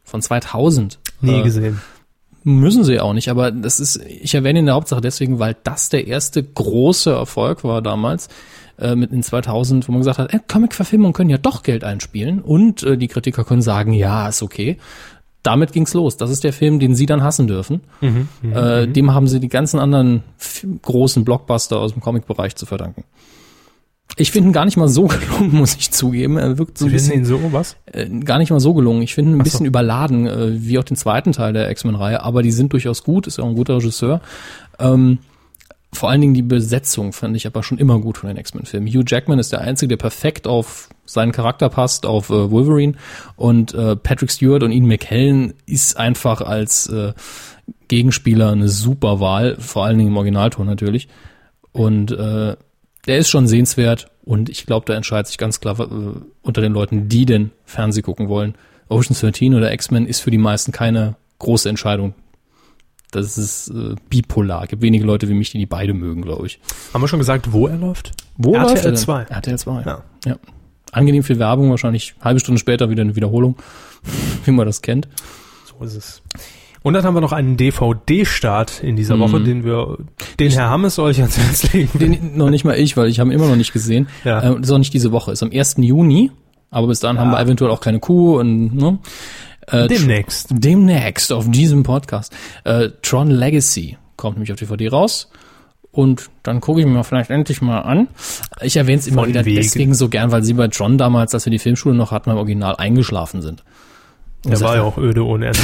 von 2000. Nie Äh, gesehen. Müssen sie auch nicht, aber das ist, ich erwähne ihn in der Hauptsache deswegen, weil das der erste große Erfolg war damals, äh, mit in 2000, wo man gesagt hat, äh, Comic-Verfilmungen können ja doch Geld einspielen und äh, die Kritiker können sagen, ja, ist okay. Damit ging's los. Das ist der Film, den sie dann hassen dürfen. äh, dem haben sie die ganzen anderen f- großen Blockbuster aus dem Comic-Bereich zu verdanken. Ich finde ihn gar nicht mal so gelungen, muss ich zugeben. Er wirkt so ein Wir bisschen sehen so was. äh, gar nicht mal so gelungen. Ich finde ihn ein so. bisschen überladen, äh, wie auch den zweiten Teil der X-Men-Reihe, aber die sind durchaus gut, ist ja auch ein guter Regisseur. Ähm, vor allen Dingen die Besetzung fand ich aber schon immer gut von den X-Men-Filmen. Hugh Jackman ist der Einzige, der perfekt auf seinen Charakter passt, auf äh, Wolverine. Und äh, Patrick Stewart und Ian McKellen ist einfach als äh, Gegenspieler eine super Wahl, vor allen Dingen im Originalton natürlich. Und äh, der ist schon sehenswert und ich glaube, da entscheidet sich ganz klar äh, unter den Leuten, die denn Fernseh gucken wollen. Ocean's 13 oder X-Men ist für die meisten keine große Entscheidung. Das ist äh, bipolar. Gibt wenige Leute wie mich, die die beide mögen, glaube ich. Haben wir schon gesagt, wo er läuft? Wo RTL läuft er denn? 2. RTL 2. Ja. Ja. ja. Angenehm viel Werbung, wahrscheinlich halbe Stunde später wieder eine Wiederholung, wie man das kennt. So ist es. Und dann haben wir noch einen DVD-Start in Mhm. dieser Woche, den wir, den Herr Hammes euch ans Herz legen. will. Den, noch nicht mal ich, weil ich habe ihn immer noch nicht gesehen. Ja. Äh, das ist auch nicht diese Woche. Ist am 1. Juni, aber bis dahin haben wir eventuell auch keine Kuh und ne? Äh, Demnächst. demnächst auf diesem Podcast. Äh, Tron Legacy kommt nämlich auf DVD raus. Und dann gucke ich mir vielleicht endlich mal an. Ich erwähne es immer Von wieder wegen. deswegen so gern, weil sie bei Tron damals, als wir die Filmschule noch hatten, beim Original eingeschlafen sind. Der war ja auch öde ohne Ende.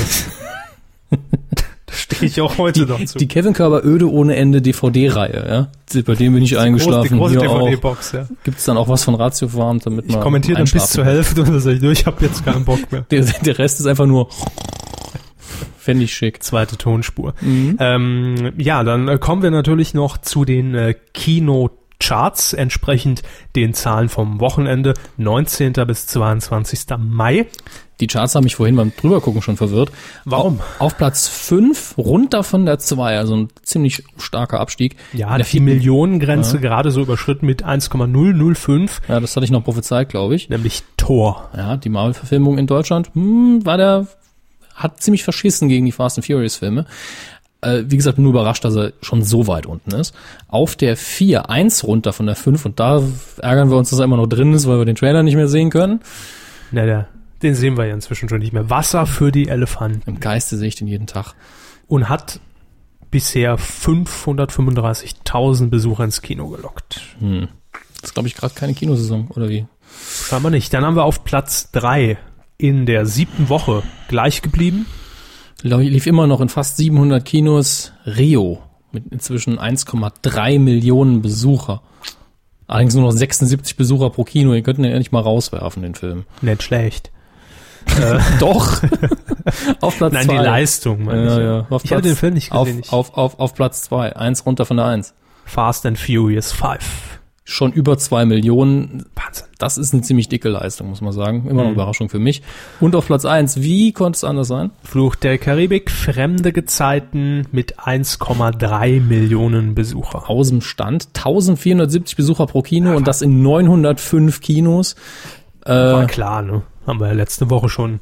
da stehe ich auch heute noch zu. Die Kevin Körber öde ohne Ende DVD-Reihe, ja. Bei dem bin große, ich die eingeschlafen. große Hier auch. DVD-Box, ja. Gibt's dann auch was von Ratio Farm, damit man Ich kommentiere dann bis einschlafen zur Hälfte und dann sage ich, "Nö, ich habe jetzt keinen Bock mehr. Der, der Rest ist einfach nur. Fände ich schick. zweite Tonspur. Ähm, ja, dann äh, kommen wir natürlich noch zu den äh, Kinocharts, entsprechend den Zahlen vom Wochenende, 19. bis 22. Mai. Die Charts haben mich vorhin beim Drübergucken schon verwirrt. Warum? Auf, auf Platz 5, runter von der 2, also ein ziemlich starker Abstieg. Ja, In der die vierten- Millionengrenze gerade so überschritten mit 1,005, Ja, das hatte ich noch prophezeit, glaube ich. nämlich Tor. Ja, die Marvel-Verfilmung in Deutschland, hm, war der, hat ziemlich verschissen gegen die Fast and Furious-Filme. Äh, wie gesagt, nur überrascht, dass er schon so weit unten ist. Auf der 4, 1 runter von der 5 und da ärgern wir uns, dass er immer noch drin ist, weil wir den Trailer nicht mehr sehen können. Na, der, den sehen wir ja inzwischen schon nicht mehr. Wasser für die Elefanten. Im Geiste sehe ich den jeden Tag. Und hat bisher 535.000 Besucher ins Kino gelockt. Das ist, glaube ich, gerade keine Kinosaison, oder wie? Scheinbar nicht. Dann haben wir auf Platz drei in der siebten Woche gleich geblieben. Lau- Lief immer noch in fast 700 Kinos Rio mit inzwischen 1,3 Millionen Besucher. Allerdings nur noch 76 Besucher pro Kino. Ihr könnt ihn ja nicht mal rauswerfen, den Film. Nicht schlecht. Doch. auf Platz Nein, zwei. die Leistung, meine Ja, ich. ja. Auf Ich habe Platz- den Film nicht gesehen. Ich- Auf, auf, auf, auf Platz zwei. Eins runter von der Eins. Fast and Furious 5. Schon über zwei Millionen. Wahnsinn. Das ist eine ziemlich dicke Leistung, muss man sagen. Immer noch Mhm. Überraschung für mich. Und auf Platz eins. Wie konnte es anders sein? Fluch der Karibik, fremde Gezeiten mit 1,3 Millionen Besucher. aus dem Stand. 1470 Besucher pro Kino und das in 905 Kinos. War klar, ne? Haben wir ja letzte Woche schon,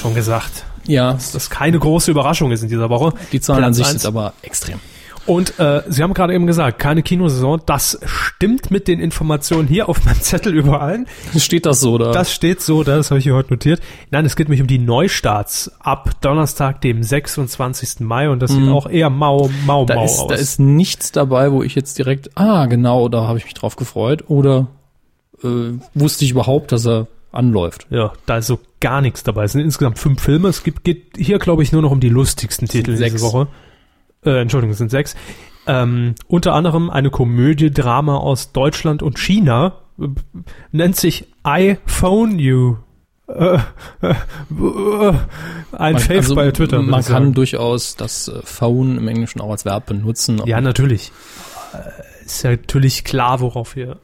schon gesagt. Ja, Das keine große Überraschung ist in dieser Woche. die Zahlen an Platz sich eins. sind aber extrem. Und äh, Sie haben gerade eben gesagt, keine Kinosaison. Das stimmt mit den Informationen hier auf meinem Zettel überall. Steht das so da? Das steht so, das habe ich hier heute notiert. Nein, es geht mich um die Neustarts ab Donnerstag, dem 26. Mai. Und das sieht auch eher mau, mau, Mhm. da, mau ist, aus. da ist nichts dabei, wo ich jetzt direkt, ah, genau, da habe ich mich drauf gefreut oder äh, wusste ich überhaupt, dass er anläuft. Ja, da ist so gar nichts dabei. Es sind insgesamt fünf Filme. Es gibt, geht hier, glaube ich, nur noch um die lustigsten Titel sechs. diese Woche. Äh, Entschuldigung, es sind sechs. Ähm, unter anderem eine Komödie, Drama aus Deutschland und China. Äh, Nennt sich I Phone You. Äh, äh, äh, ein Fave bei Twitter. würde also, Man ich sagen. kann durchaus das äh, Phone im Englischen auch als Verb benutzen. Ja, natürlich. Äh, Ist ja natürlich klar, worauf hier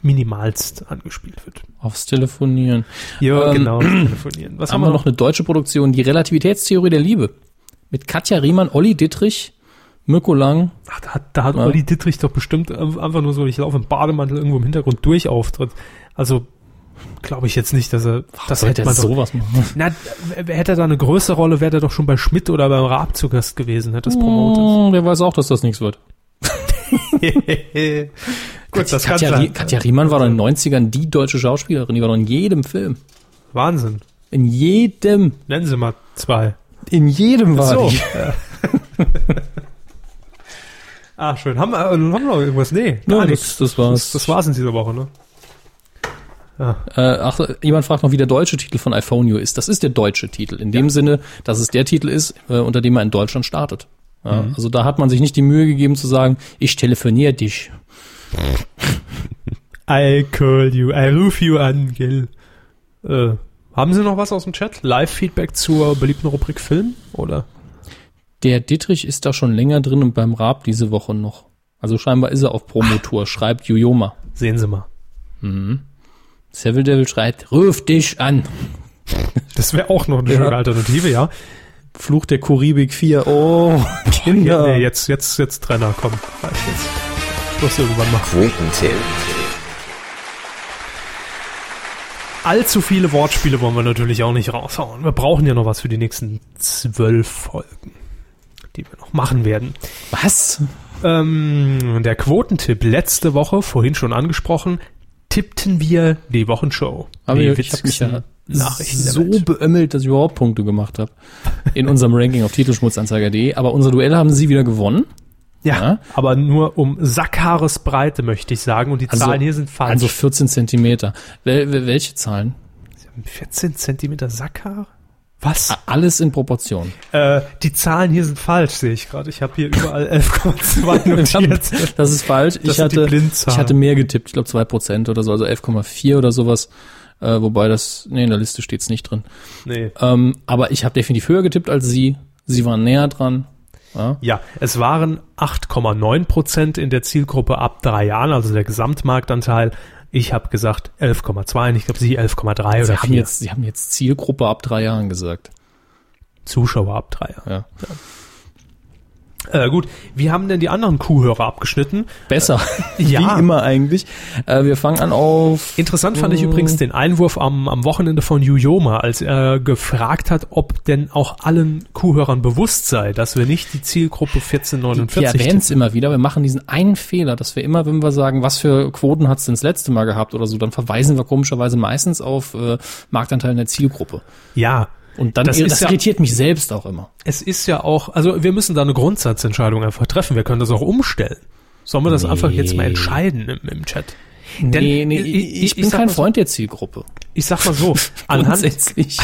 minimalst angespielt wird. Aufs Telefonieren. Ja, Ähm, genau. Telefonieren. Was haben wir noch eine deutsche Produktion, die Relativitätstheorie der Liebe. Mit Katja Riemann, Olli Dittrich, Mirko Lang. Ach, da hat, da hat Ja. Olli Dittrich doch bestimmt ähm, einfach nur so, ich laufe im Bademantel irgendwo im Hintergrund durch auftritt. Also glaube ich jetzt nicht, dass er das hätte man doch. machen. Na, w- hätte er da eine größere Rolle, wäre er doch schon bei Schmidt oder beim Raab zu Gast gewesen, hätte es promotet. Hm, der weiß auch, dass das nichts wird. Gut, das kann Katja, Rie- sein. Katja Riemann war doch in den 90ern die deutsche Schauspielerin. Die war doch in jedem Film. Wahnsinn. In jedem. Nennen Sie mal zwei. In jedem war So. die. Ah, schön. Haben wir, äh, haben wir noch irgendwas? Nee, gar Ja, das- nichts. das Das, war's. das war's in dieser Woche, ne? Äh, ach, jemand fragt noch, wie der deutsche Titel von iPhone You ist. Das ist der deutsche Titel. In dem Sinne, dass es der Titel ist, äh, unter dem man in Deutschland startet. Ja, Also da hat man sich nicht die Mühe gegeben zu sagen, ich telefoniere dich. I call you, I ruf you an, Gil. Äh, haben Sie noch was aus dem Chat? Live-Feedback zur beliebten Rubrik Film? Oder? Der Dittrich ist da schon länger drin und beim Raab diese Woche noch. Also scheinbar ist er auf Promotour, schreibt Jojoma. Sehen Sie mal. Seville Devil schreibt, ruf dich an. Das wäre auch noch eine schöne Alternative, ja. Fluch der Karibik 4. Oh, Kinder. Nee, jetzt, jetzt, jetzt Trenner, komm. Reicht jetzt. Schluss irgendwann machen. Quotentipp. Allzu viele Wortspiele wollen wir natürlich auch nicht raushauen. Wir brauchen ja noch was für die nächsten zwölf Folgen, die wir noch machen werden. Was? Ähm, der Quotentipp letzte Woche, vorhin schon angesprochen, tippten wir die Wochenshow. Aber die ich, ich habe mich ja Nachrichten der so Welt. beömmelt, dass ich überhaupt Punkte gemacht habe. In unserem Ranking auf titelschmutzanzeiger.de. Aber unser Duell haben sie wieder gewonnen. Ja, Ja. aber nur um Sackhaaresbreite, möchte ich sagen. Und die Zahlen hier sind falsch. Also 14 Zentimeter. Wel wel- welche Zahlen? 14 Zentimeter Sackhaare? Was? Alles in Proportion. Äh, die Zahlen hier sind falsch, sehe ich gerade. Ich habe hier überall 11,2 notiert. Das ist falsch. Das Ich sind die hatte, Blindzahlen. ich hatte mehr getippt. Ich glaube 2% oder so, also 11,4 oder sowas. Äh, wobei das, nee, in der Liste steht's nicht drin. nee. Ähm, aber ich habe definitiv höher getippt als sie. Sie waren näher dran. Ja, es waren 8,9 Prozent in der Zielgruppe ab drei Jahren, also der Gesamtmarktanteil. Ich habe gesagt 11,2 und ich glaube, Sie 11,3 Sie oder haben, 4 jetzt, sie haben jetzt Zielgruppe ab drei Jahren gesagt. Zuschauer ab drei Jahren. Ja. Äh, gut, wie haben denn die anderen Kuhhörer abgeschnitten? Besser. ja. Wie immer eigentlich. Äh, wir fangen an auf. Interessant fand ich Mm. übrigens den Einwurf am, am Wochenende von Yuyoma, als er gefragt hat, ob denn auch allen Kuhhörern bewusst sei, dass wir nicht die Zielgruppe Wir 1449 erwähnen es immer wieder. Wir machen diesen einen Fehler, dass wir immer, wenn wir sagen, was für Quoten hat es denn das letzte Mal gehabt oder so, dann verweisen wir komischerweise meistens auf äh, Marktanteil in der Zielgruppe. Ja. Und dann das, ist ja, irritiert mich selbst auch immer. es ist ja auch, also wir müssen da eine Grundsatzentscheidung einfach treffen. Wir können das auch umstellen. Sollen wir das einfach jetzt mal entscheiden im, im Chat? Denn nee, nee, ich- ich, ich- ich, ich bin sag kein mal so- Freund der Zielgruppe. Ich sag mal so, anhand, Grundsätzlich.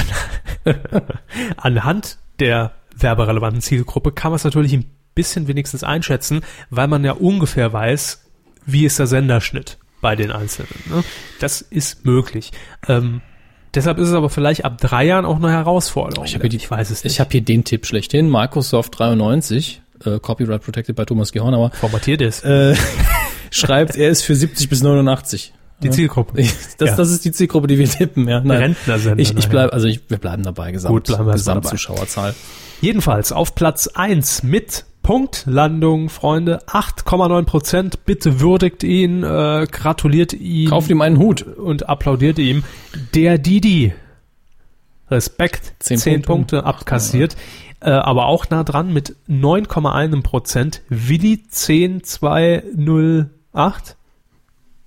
anhand der werberelevanten Zielgruppe kann man es natürlich ein bisschen wenigstens einschätzen, weil man ja ungefähr weiß, wie ist der Senderschnitt bei den Einzelnen. Ne? Das ist möglich. Ähm, deshalb ist es aber vielleicht ab drei Jahren auch eine Herausforderung. Ich habe hier, ich weiß es nicht. Ich habe hier den Tipp schlechthin. Microsoft 93, äh, Copyright Protected bei Thomas Gehornauer, Formatiert ist. äh, schreibt, er ist für 70 bis 89. die Zielgruppe. Das, Ja. das ist die Zielgruppe, die wir tippen, ja. Rentnersender Ich, ich nachher. bleib, also ich, wir bleiben dabei, Gesamt, Gut, bleiben wir erstmal dabei. Gesamtzuschauerzahl. Jedenfalls auf Platz 1 mit Punktlandung, Freunde, 8,9 Prozent. Bitte würdigt ihn, äh, gratuliert ihm. Kauft ihm einen Hut. und applaudierte ihm. Der Didi. Respekt. Zehn Zehn Punkte, Punkte. abkassiert. Äh, aber auch nah dran mit 9,1 Prozent. Willi 10208.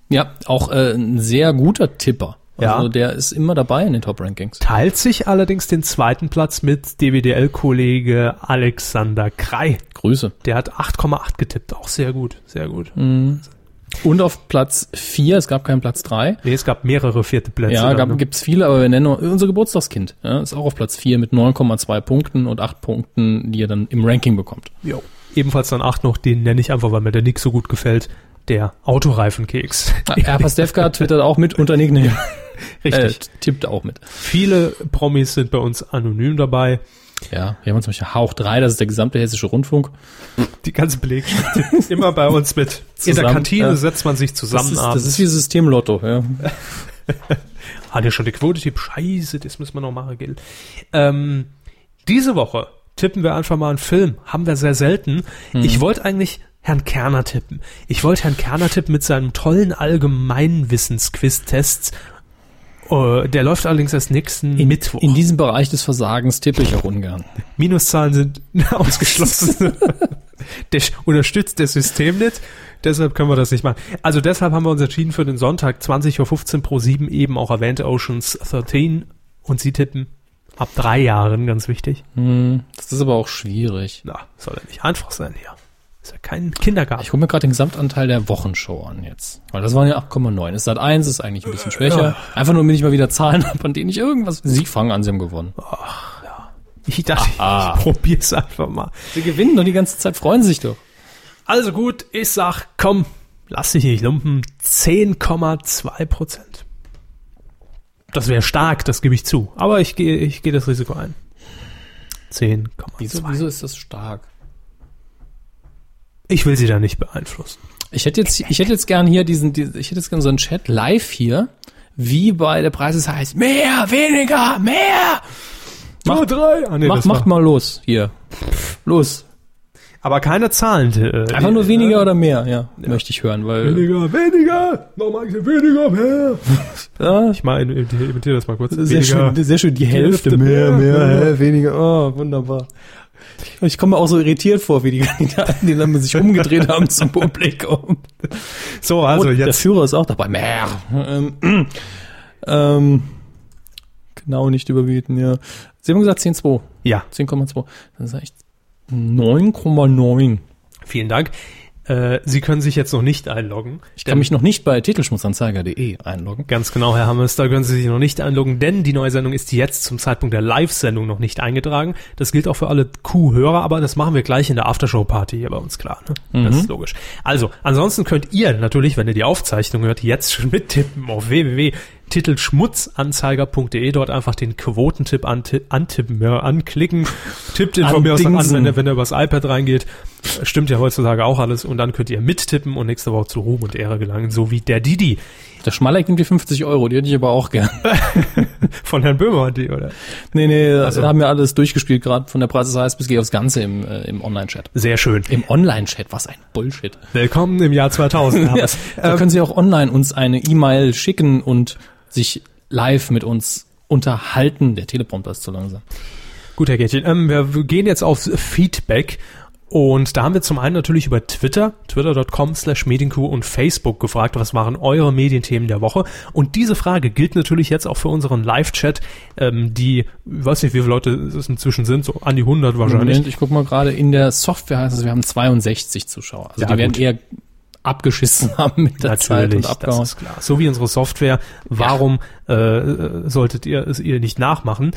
Ja, auch äh, ein sehr guter Tipper. Also Ja. der ist immer dabei in den Top-Rankings. Teilt sich allerdings den zweiten Platz mit DWDL-Kollege Alexander Krei. Grüße. Der hat 8,8 getippt. Auch sehr gut, sehr gut. Und auf Platz 4, es gab keinen Platz 3. Nee, es gab mehrere vierte Plätze. Ja, dann, gab, ne? gibt's viele, aber wir nennen nur unser Geburtstagskind. Ja, ist auch auf Platz 4 mit 9,2 Punkten und 8 Punkten, die er dann im Ranking bekommt. Jo. Ebenfalls dann 8 noch, den nenne ich einfach, weil mir der Nick so gut gefällt. Der Autoreifenkeks. Herr Pastewka twittert auch mit unter Nickname. Äh, Richtig. tippt auch mit. Viele Promis sind bei uns anonym dabei. Ja, wir haben zum Beispiel Hauch 3, das ist der gesamte hessische Rundfunk. Die ganze Belegschaft ist immer bei uns mit. In der Zusammen, Kantine ja. setzt man sich Das zusammen ist, das abends. ist wie System Lotto. Ja. Hat ja schon die Quote tippt. Scheiße, das müssen wir noch machen, gell. Ähm, diese Woche tippen wir einfach mal einen Film. Haben wir sehr selten. Mhm. Ich wollte eigentlich Herrn Kerner tippen. Ich wollte Herrn Kerner tippen mit seinem tollen Allgemeinwissens-Quiz-Test. Äh, der läuft allerdings erst nächsten Mittwoch. In diesem Bereich des Versagens tippe ich auch ungern. Minuszahlen sind ausgeschlossen. der sch- unterstützt das System nicht. Deshalb können wir das nicht machen. Also deshalb haben wir uns entschieden für den Sonntag 20.15 Uhr pro 7 eben auch erwähnt Oceans 13 und sie tippen ab drei Jahren, ganz wichtig. Das ist aber auch schwierig. Na, soll ja nicht einfach sein hier. Ist ja kein Kindergarten. Ich gucke mir gerade den Gesamtanteil der Wochenshow an jetzt. Weil das waren ja 8,9. Ist Sat 1 ist eigentlich ein bisschen schwächer. Einfach nur, damit ich mal wieder Zahlen habe, an denen ich irgendwas. Sie fangen an, sie haben gewonnen. Ich dachte, ich probier's einfach mal. Sie gewinnen doch die ganze Zeit, freuen sich doch. Also gut, ich sag, komm, lass dich nicht lumpen. 10,2 Prozent. Das wäre stark, das gebe ich zu. Aber ich gehe ich gehe das Risiko ein. 10,2. ist das stark? Ich will sie da nicht beeinflussen. Ich hätte jetzt, ich hätte jetzt gern hier diesen, diesen ich hätte jetzt gern so einen Chat live hier, wie bei der Preis ist heiß. Mehr, weniger, mehr! Mach, drei. Ah, nee, mach, das macht war- mal los, hier. Los. Aber keine Zahlen. Äh, Einfach nur weniger oder mehr, ja, möchte ich hören, weil. Weniger, weniger. Nochmal weniger, mehr. Ja, Ich mal imitiere das mal kurz. Sehr schön, sehr schön, die Hälfte. Hälfte, mehr, mehr, weniger. Oh, wunderbar. Ich komme mir auch so irritiert vor, wie die Kandidaten, die dann sich umgedreht haben zum Publikum. So, also Und der jetzt. Führer ist auch dabei. Mehr. Ähm, ähm, genau nicht überbieten, ja. Sie haben gesagt 10,2. Ja, 10,2. Das ist echt 9,9. vielen Dank. Äh, sie können sich jetzt noch nicht einloggen. Ich kann mich noch nicht bei titelschmutzanzeiger.de einloggen. Ganz genau, Herr Hammes, da können Sie sich noch nicht einloggen, denn die neue Sendung ist jetzt zum Zeitpunkt der Live-Sendung noch nicht eingetragen. Das gilt auch für alle Q-Hörer, aber das machen wir gleich in der Aftershow-Party hier bei uns klar. Ne? Das ist logisch. Also, ansonsten könnt ihr natürlich, wenn ihr die Aufzeichnung hört, jetzt schon mittippen auf www.titelschmutzanzeiger.de, dort einfach den Quotentipp anti antippen, ja, anklicken, tippt ihn von mir aus noch an, Andingsen. wenn er, wenn er übers iPad reingeht. Stimmt ja heutzutage auch alles und dann könnt ihr mittippen und nächste Woche zu Ruhm und Ehre gelangen, so wie der Didi. Der Schmalleck nimmt die 50 Euro, die hätte ich aber auch gern. Von Herrn Böhmer, die, oder? nee, nee, also. haben wir alles durchgespielt, gerade von der Preis des Heiß bis geh aufs Ganze im, äh, im Online-Chat. Sehr schön. Im Online-Chat, was ein Bullshit. Willkommen im Jahr 2000. Ja, da können Sie auch online uns eine E-Mail schicken und sich live mit uns unterhalten. Der Teleprompter ist zu langsam. Gut, Herr Gätchen, ähm, wir gehen jetzt aufs Feedback. Und da haben wir zum einen natürlich über Twitter, twitter.com slash Medienkuh und Facebook gefragt, was waren eure Medienthemen der Woche? Und diese Frage gilt natürlich jetzt auch für unseren Live-Chat, ähm, die, ich weiß nicht, wie viele Leute es inzwischen sind, so an die 100 wahrscheinlich. Moment, ich guck mal gerade, in der Software heißt es, wir haben 62 Zuschauer. Also Ja, die werden gut. eher abgeschissen haben mit der Zeit und abgehauen. das ist klar. So wie unsere Software. Warum äh, äh, solltet ihr es ihr nicht nachmachen?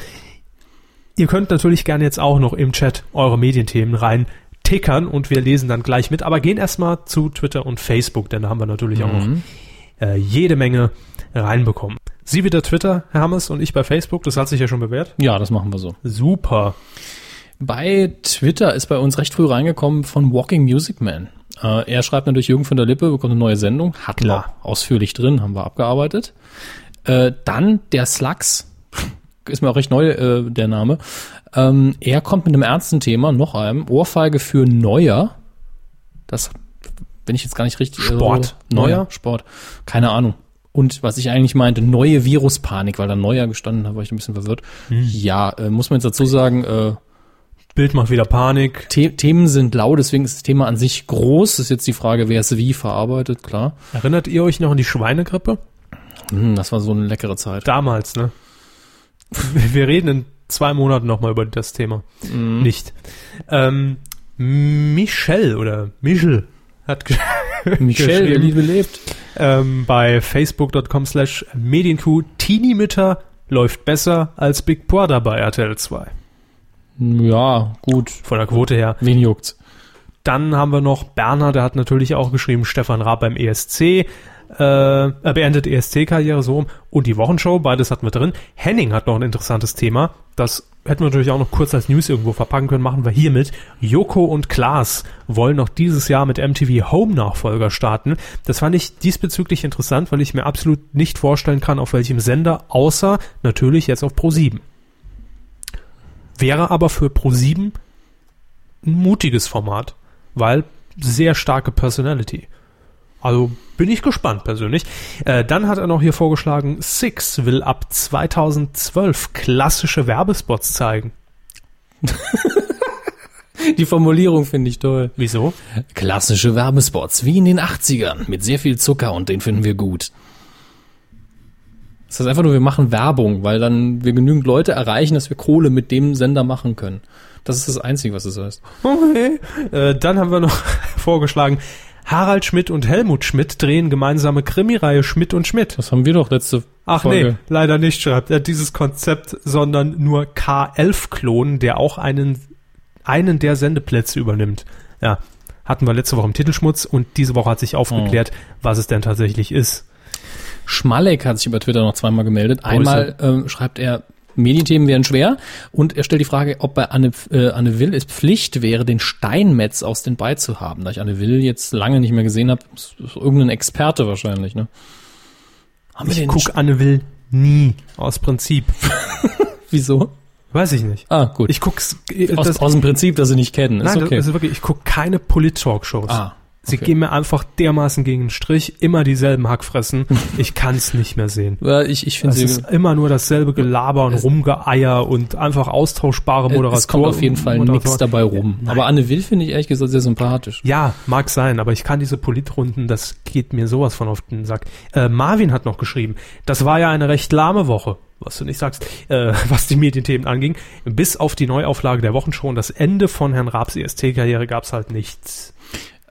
Ihr könnt natürlich gerne jetzt auch noch im Chat eure Medienthemen rein tickern und wir lesen dann gleich mit. Aber gehen erstmal zu Twitter und Facebook, denn da haben wir natürlich auch Mhm. noch äh, jede Menge reinbekommen. Sie wieder Twitter, Hermes, und ich bei Facebook. Das hat sich ja schon bewährt. ja, das machen wir so. Super. Bei Twitter ist bei uns recht früh reingekommen von Walking Music Man. Äh, er schreibt natürlich Jürgen von der Lippe, bekommt eine neue Sendung. Hatten Klar. wir ausführlich drin, haben wir abgearbeitet. Äh, dann der Slugs. Ist mir auch recht neu, äh, der Name. Ähm, er kommt mit einem ernsten Thema, noch einem. Ohrfeige für Neuer. Das bin ich jetzt gar nicht richtig. Sport. Äh, Neuer? Sport. Keine Ahnung. Und was ich eigentlich meinte, neue Viruspanik, weil da Neuer gestanden hat, war ich ein bisschen verwirrt. Hm. Ja, äh, muss man jetzt dazu sagen, äh, Bild macht wieder Panik. The Themen sind lau, deswegen ist das Thema an sich groß. Ist jetzt die Frage, wer es wie verarbeitet, klar. Erinnert ihr euch noch an die Schweinegrippe? Hm, das war so eine leckere Zeit. Damals, ne? Wir reden in zwei Monaten nochmal über das Thema. Nicht. Ähm, Michelle oder Michel hat ge- Michelle, der geschrieben. Liebe lebt. ähm, bei facebook.com slash medienkuh Teenie-Mütter läuft besser als Big Brother bei RTL 2. Ja, gut. Von der Quote her. Wen juckt's? Dann haben wir noch Berner, der hat natürlich auch geschrieben, Stefan Raab beim ESC, äh, er beendet ESC-Karriere so rum und die Wochenshow, beides hatten wir drin. Henning hat noch ein interessantes Thema, das hätten wir natürlich auch noch kurz als News irgendwo verpacken können, machen wir hiermit. Joko und Klaas wollen noch dieses Jahr mit MTV Home-Nachfolger starten. Das fand ich diesbezüglich interessant, weil ich mir absolut nicht vorstellen kann, auf welchem Sender, außer natürlich jetzt auf Pro7. Wäre aber für Pro7 ein mutiges Format weil sehr starke Personality. Also bin ich gespannt persönlich. Äh, dann hat er noch hier vorgeschlagen, Six will ab 2012 klassische Werbespots zeigen. Die Formulierung finde ich toll. Wieso? Klassische Werbespots, wie in den 80ern, mit sehr viel Zucker und den finden wir gut. Das heißt einfach nur, wir machen Werbung, weil dann wir genügend Leute erreichen, dass wir Kohle mit dem Sender machen können. Das ist das Einzige, was es heißt. Okay. Äh, dann haben wir noch vorgeschlagen, Harald Schmidt und Helmut Schmidt drehen gemeinsame Krimireihe Schmidt und Schmidt. Das haben wir doch letzte Ach Folge. nee, leider nicht, schreibt er dieses Konzept, sondern nur K11-Klon, der auch einen, einen der Sendeplätze übernimmt. Ja, hatten wir letzte Woche im Titelschmutz und diese Woche hat sich Hm. aufgeklärt, was es denn tatsächlich ist. Schmalek hat sich über Twitter noch zweimal gemeldet. Einmal ähm, schreibt er, Medienthemen wären schwer und er stellt die Frage, ob bei Anne, äh, Anne Will es Pflicht wäre, den Steinmetz aus den Bei zu haben. Da ich Anne Will jetzt lange nicht mehr gesehen habe, ist, ist irgendein Experte wahrscheinlich. Ne? Haben wir Ich den guck Anne Will nie, aus Prinzip. Wieso? Weiß ich nicht. Ah, gut. Ich guck's, äh, aus, das, aus dem Prinzip, dass sie nicht kennen. Ist nein, okay. das ist wirklich, ich guck keine Polit-Talkshows. Ah, Sie okay. gehen mir einfach dermaßen gegen den Strich, immer dieselben Hackfressen. Ich kann's nicht mehr sehen. Weil ich ich finde Es sie. ist immer nur dasselbe Gelaber und Rumgeeier und einfach austauschbare Moderatoren. Äh, es kommt auf jeden Fall nichts dabei rum. Aber Anne Will finde ich ehrlich gesagt sehr sympathisch. Ja, mag sein, aber ich kann diese Politrunden, das geht mir sowas von auf den Sack. Äh, Marvin hat noch geschrieben, das war ja eine recht lahme Woche, was du nicht sagst, äh, was die Medienthemen anging. Bis auf die Neuauflage der Wochenshow und das Ende von Herrn Raabs EST-Karriere gab's halt nichts.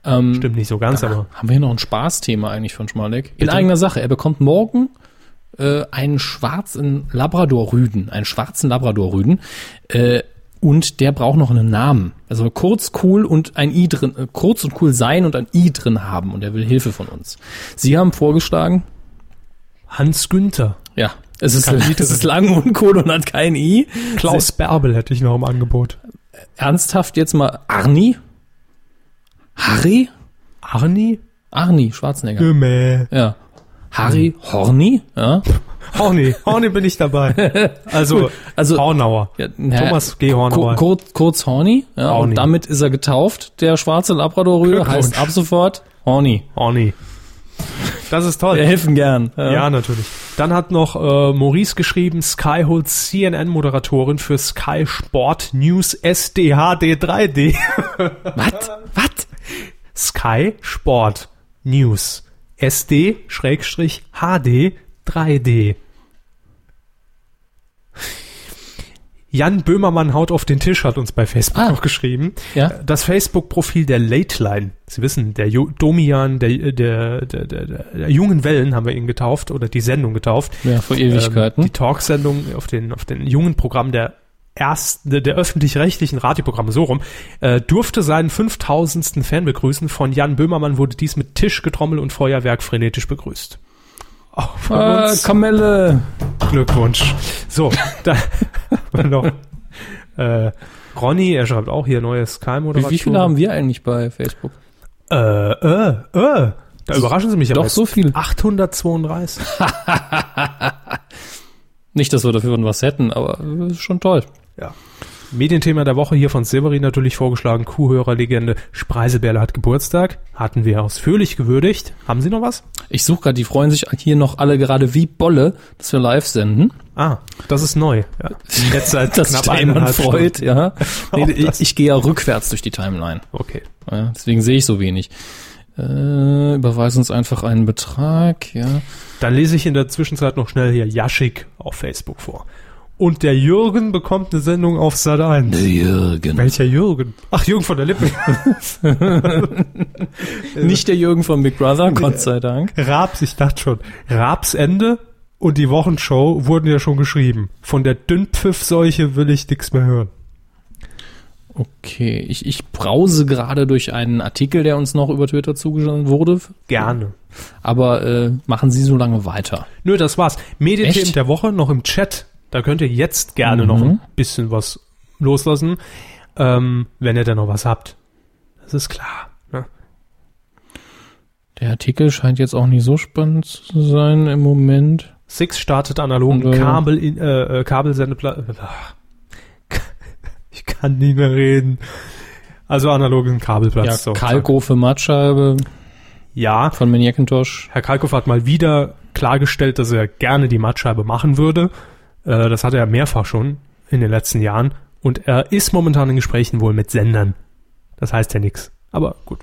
Ähm, Stimmt nicht so ganz, aber Haben wir hier noch ein Spaßthema eigentlich von Schmalek? In eigener Sache. Er bekommt morgen äh, einen schwarzen Labrador-Rüden. Einen schwarzen Labrador-Rüden. Äh, und der braucht noch einen Namen. Also kurz, cool und ein I drin, äh, kurz und cool sein und ein I drin haben. Und er will Hilfe von uns. Sie haben vorgeschlagen, Hans Günther, ja, es ist, Kein I es ist drin. lang und cool und hat kein I. Klaus Bärbel hätte ich noch im Angebot. Sie, ernsthaft jetzt mal Arni? Harry? Arni? Arni Schwarzenegger. Gümmel. Ja. Harry Horny, ja, Horny, Horny bin ich dabei. Also, also- Hornauer. Ja, na, Thomas G. Kur Hornauer. kurz, kurz Horny, ja, Horny. und damit ist er getauft, der schwarze Labrador-Rüde, Glückwunsch. heißt ab sofort Horny. Horny. Das ist toll. Wir helfen gern. Ja. Ja, natürlich. Dann hat noch äh, Maurice geschrieben, Sky holt CNN-Moderatorin für Sky Sport News SDHD3D. Was? Was? Sky Sport News SD-HD3D. Jan Böhmermann haut auf den Tisch, hat uns bei Facebook Ah. noch geschrieben. Ja. Das Facebook-Profil der Late Line. Sie wissen, der Ju- Domian, der, äh, der, der, der, der jungen Wellen haben wir ihn getauft oder die Sendung getauft. Ähm, Ja, vor Ewigkeiten. die Talksendung auf den, auf den jungen Programm der ersten, der öffentlich-rechtlichen Radioprogramme, so rum, äh, durfte seinen 5000. Fan begrüßen. Von Jan Böhmermann wurde dies mit Tisch, Getrommel und Feuerwerk frenetisch begrüßt. Auch von Äh, uns. Kamelle. Glückwunsch. So, da noch. Äh, Ronny, er schreibt auch hier neues Wie, Keimmoderatoren. wie viele haben wir eigentlich bei Facebook? Äh, äh, äh. Da überraschen Sie mich Doch jetzt. so viel. 832. Nicht, dass wir dafür was hätten, aber äh, ist schon toll. Ja. Medienthema der Woche hier von Silvery natürlich vorgeschlagen. Kuhhörerlegende Spreiselbärle hat Geburtstag. Hatten wir ausführlich gewürdigt. Haben Sie noch was? Ich suche gerade, die freuen sich hier noch alle gerade wie Bolle, dass wir live senden. Ah, das ist neu. Ja. Jetzt seit Dass knapp sich da jemand eineinhalb freut, Stunden. ja. Nee, Auch das. ich ich gehe ja rückwärts durch die Timeline. Okay. Ja, deswegen sehe ich so wenig. Äh, überweis uns einfach einen Betrag, ja. Dann lese ich in der Zwischenzeit noch schnell hier Jaschik auf Facebook vor. Und der Jürgen bekommt eine Sendung auf Sat 1. Jürgen. Welcher Jürgen? Ach, Jürgen von der Lippe. Nicht der Jürgen von Big Brother, Gott sei Dank. Raps, ich dachte schon. Raps Ende und die Wochenshow wurden ja schon geschrieben. Von der Dünnpfiffseuche will ich nichts mehr hören. Okay, ich, ich brause gerade durch einen Artikel, der uns noch über Twitter zugesandt wurde. Gerne. Aber äh, machen Sie so lange weiter. Nö, das war's. Medienthemen Echt? der Woche noch im Chat. Da könnt ihr jetzt gerne Mhm. noch ein bisschen was loslassen, ähm, wenn ihr denn noch was habt. Das ist klar. Ne? Der Artikel scheint jetzt auch nicht so spannend zu sein im Moment. Six startet analogen Und, äh, Kabel in, äh, äh, Kabelsendeplatz. Ich kann nicht mehr reden. Also analogen Kabelplatz. Ja, so. Kalko für Mattscheibe Ja, von Macintosh. Herr Kalkow hat mal wieder klargestellt, dass er gerne die Mattscheibe machen würde. Äh, das hat er mehrfach schon in den letzten Jahren. Und er ist momentan in Gesprächen wohl mit Sendern. Das heißt ja nichts. Aber gut.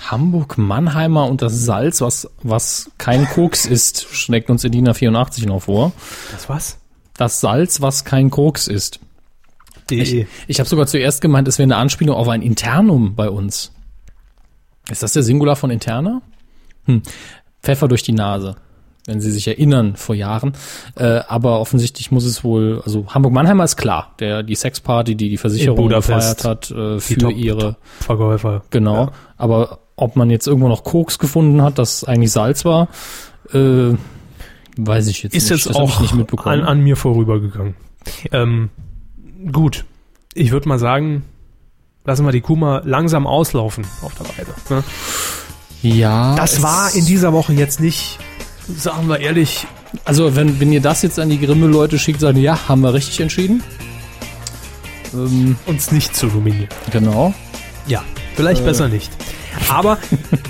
Hamburg, Mannheimer und das Salz, was, was kein Koks ist, schlägt uns Edina 84 noch vor. Das was? Das Salz, was kein Koks ist. DE. Ich habe sogar zuerst gemeint, es wäre eine Anspielung auf ein Internum bei uns. Ist das der Singular von Interna? Hm. Pfeffer durch die Nase, wenn Sie sich erinnern vor Jahren. Äh, aber offensichtlich muss es wohl, also Hamburg-Mannheimer ist klar, der die Sexparty, die die Versicherung In Budapest. gefeiert hat, äh, für Top- ihre, Verkäufer. genau. Aber ob man jetzt irgendwo noch Koks gefunden hat, das eigentlich Salz war, äh, weiß ich jetzt Ist nicht. jetzt hab ich auch nicht mitbekommen. an, an mir vorübergegangen. Ähm, gut. Ich würde mal sagen, lassen wir die Kuh mal langsam auslaufen auf der Weide. Ne? ja, Das es- war in dieser Woche jetzt nicht, sagen wir ehrlich, Also, wenn, wenn ihr das jetzt an die Grimme-Leute schickt, sagen die, ja, haben wir richtig entschieden. Ähm, uns nicht zu nominieren. genau. Ja, vielleicht Äh. besser nicht. Aber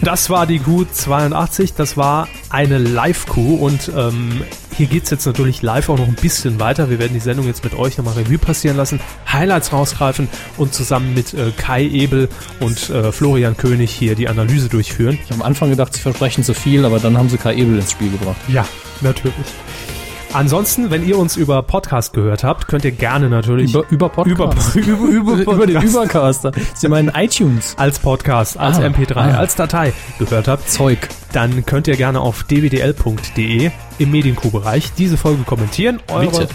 das war die Q82, das war eine Live-Q und ähm, hier geht's jetzt natürlich live auch noch ein bisschen weiter. Wir werden die Sendung jetzt mit euch nochmal Revue passieren lassen, Highlights rausgreifen und zusammen mit äh, Kai Ebel und äh, Florian König hier die Analyse durchführen. Ich habe am Anfang gedacht, sie versprechen zu viel, aber dann haben sie Kai Ebel ins Spiel gebracht. Ja, natürlich. Ansonsten, wenn ihr uns über Podcast gehört habt, könnt ihr gerne natürlich über über, über, über, Über, Podcast. den Übercaster. Sie meinen iTunes. als Podcast, als Ah, MP3, ah. als Datei gehört habt, Zeug. dann könnt ihr gerne auf dbdl.de im Medienkuh-Bereich diese Folge kommentieren, eure Bitte.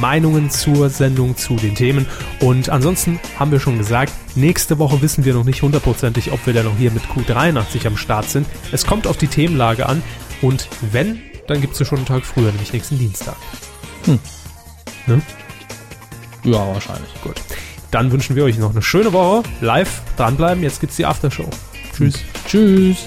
Meinungen zur Sendung, zu den Themen. Und ansonsten haben wir schon gesagt, nächste Woche wissen wir noch nicht hundertprozentig, ob wir dann noch hier mit Q83 am Start sind. Es kommt auf die Themenlage an und wenn, dann gibt es schon einen Tag früher, nämlich nächsten Dienstag. Ja, wahrscheinlich. Gut. Dann wünschen wir euch noch eine schöne Woche. Live dranbleiben, jetzt gibt's die Aftershow. Tschüss. Tschüss.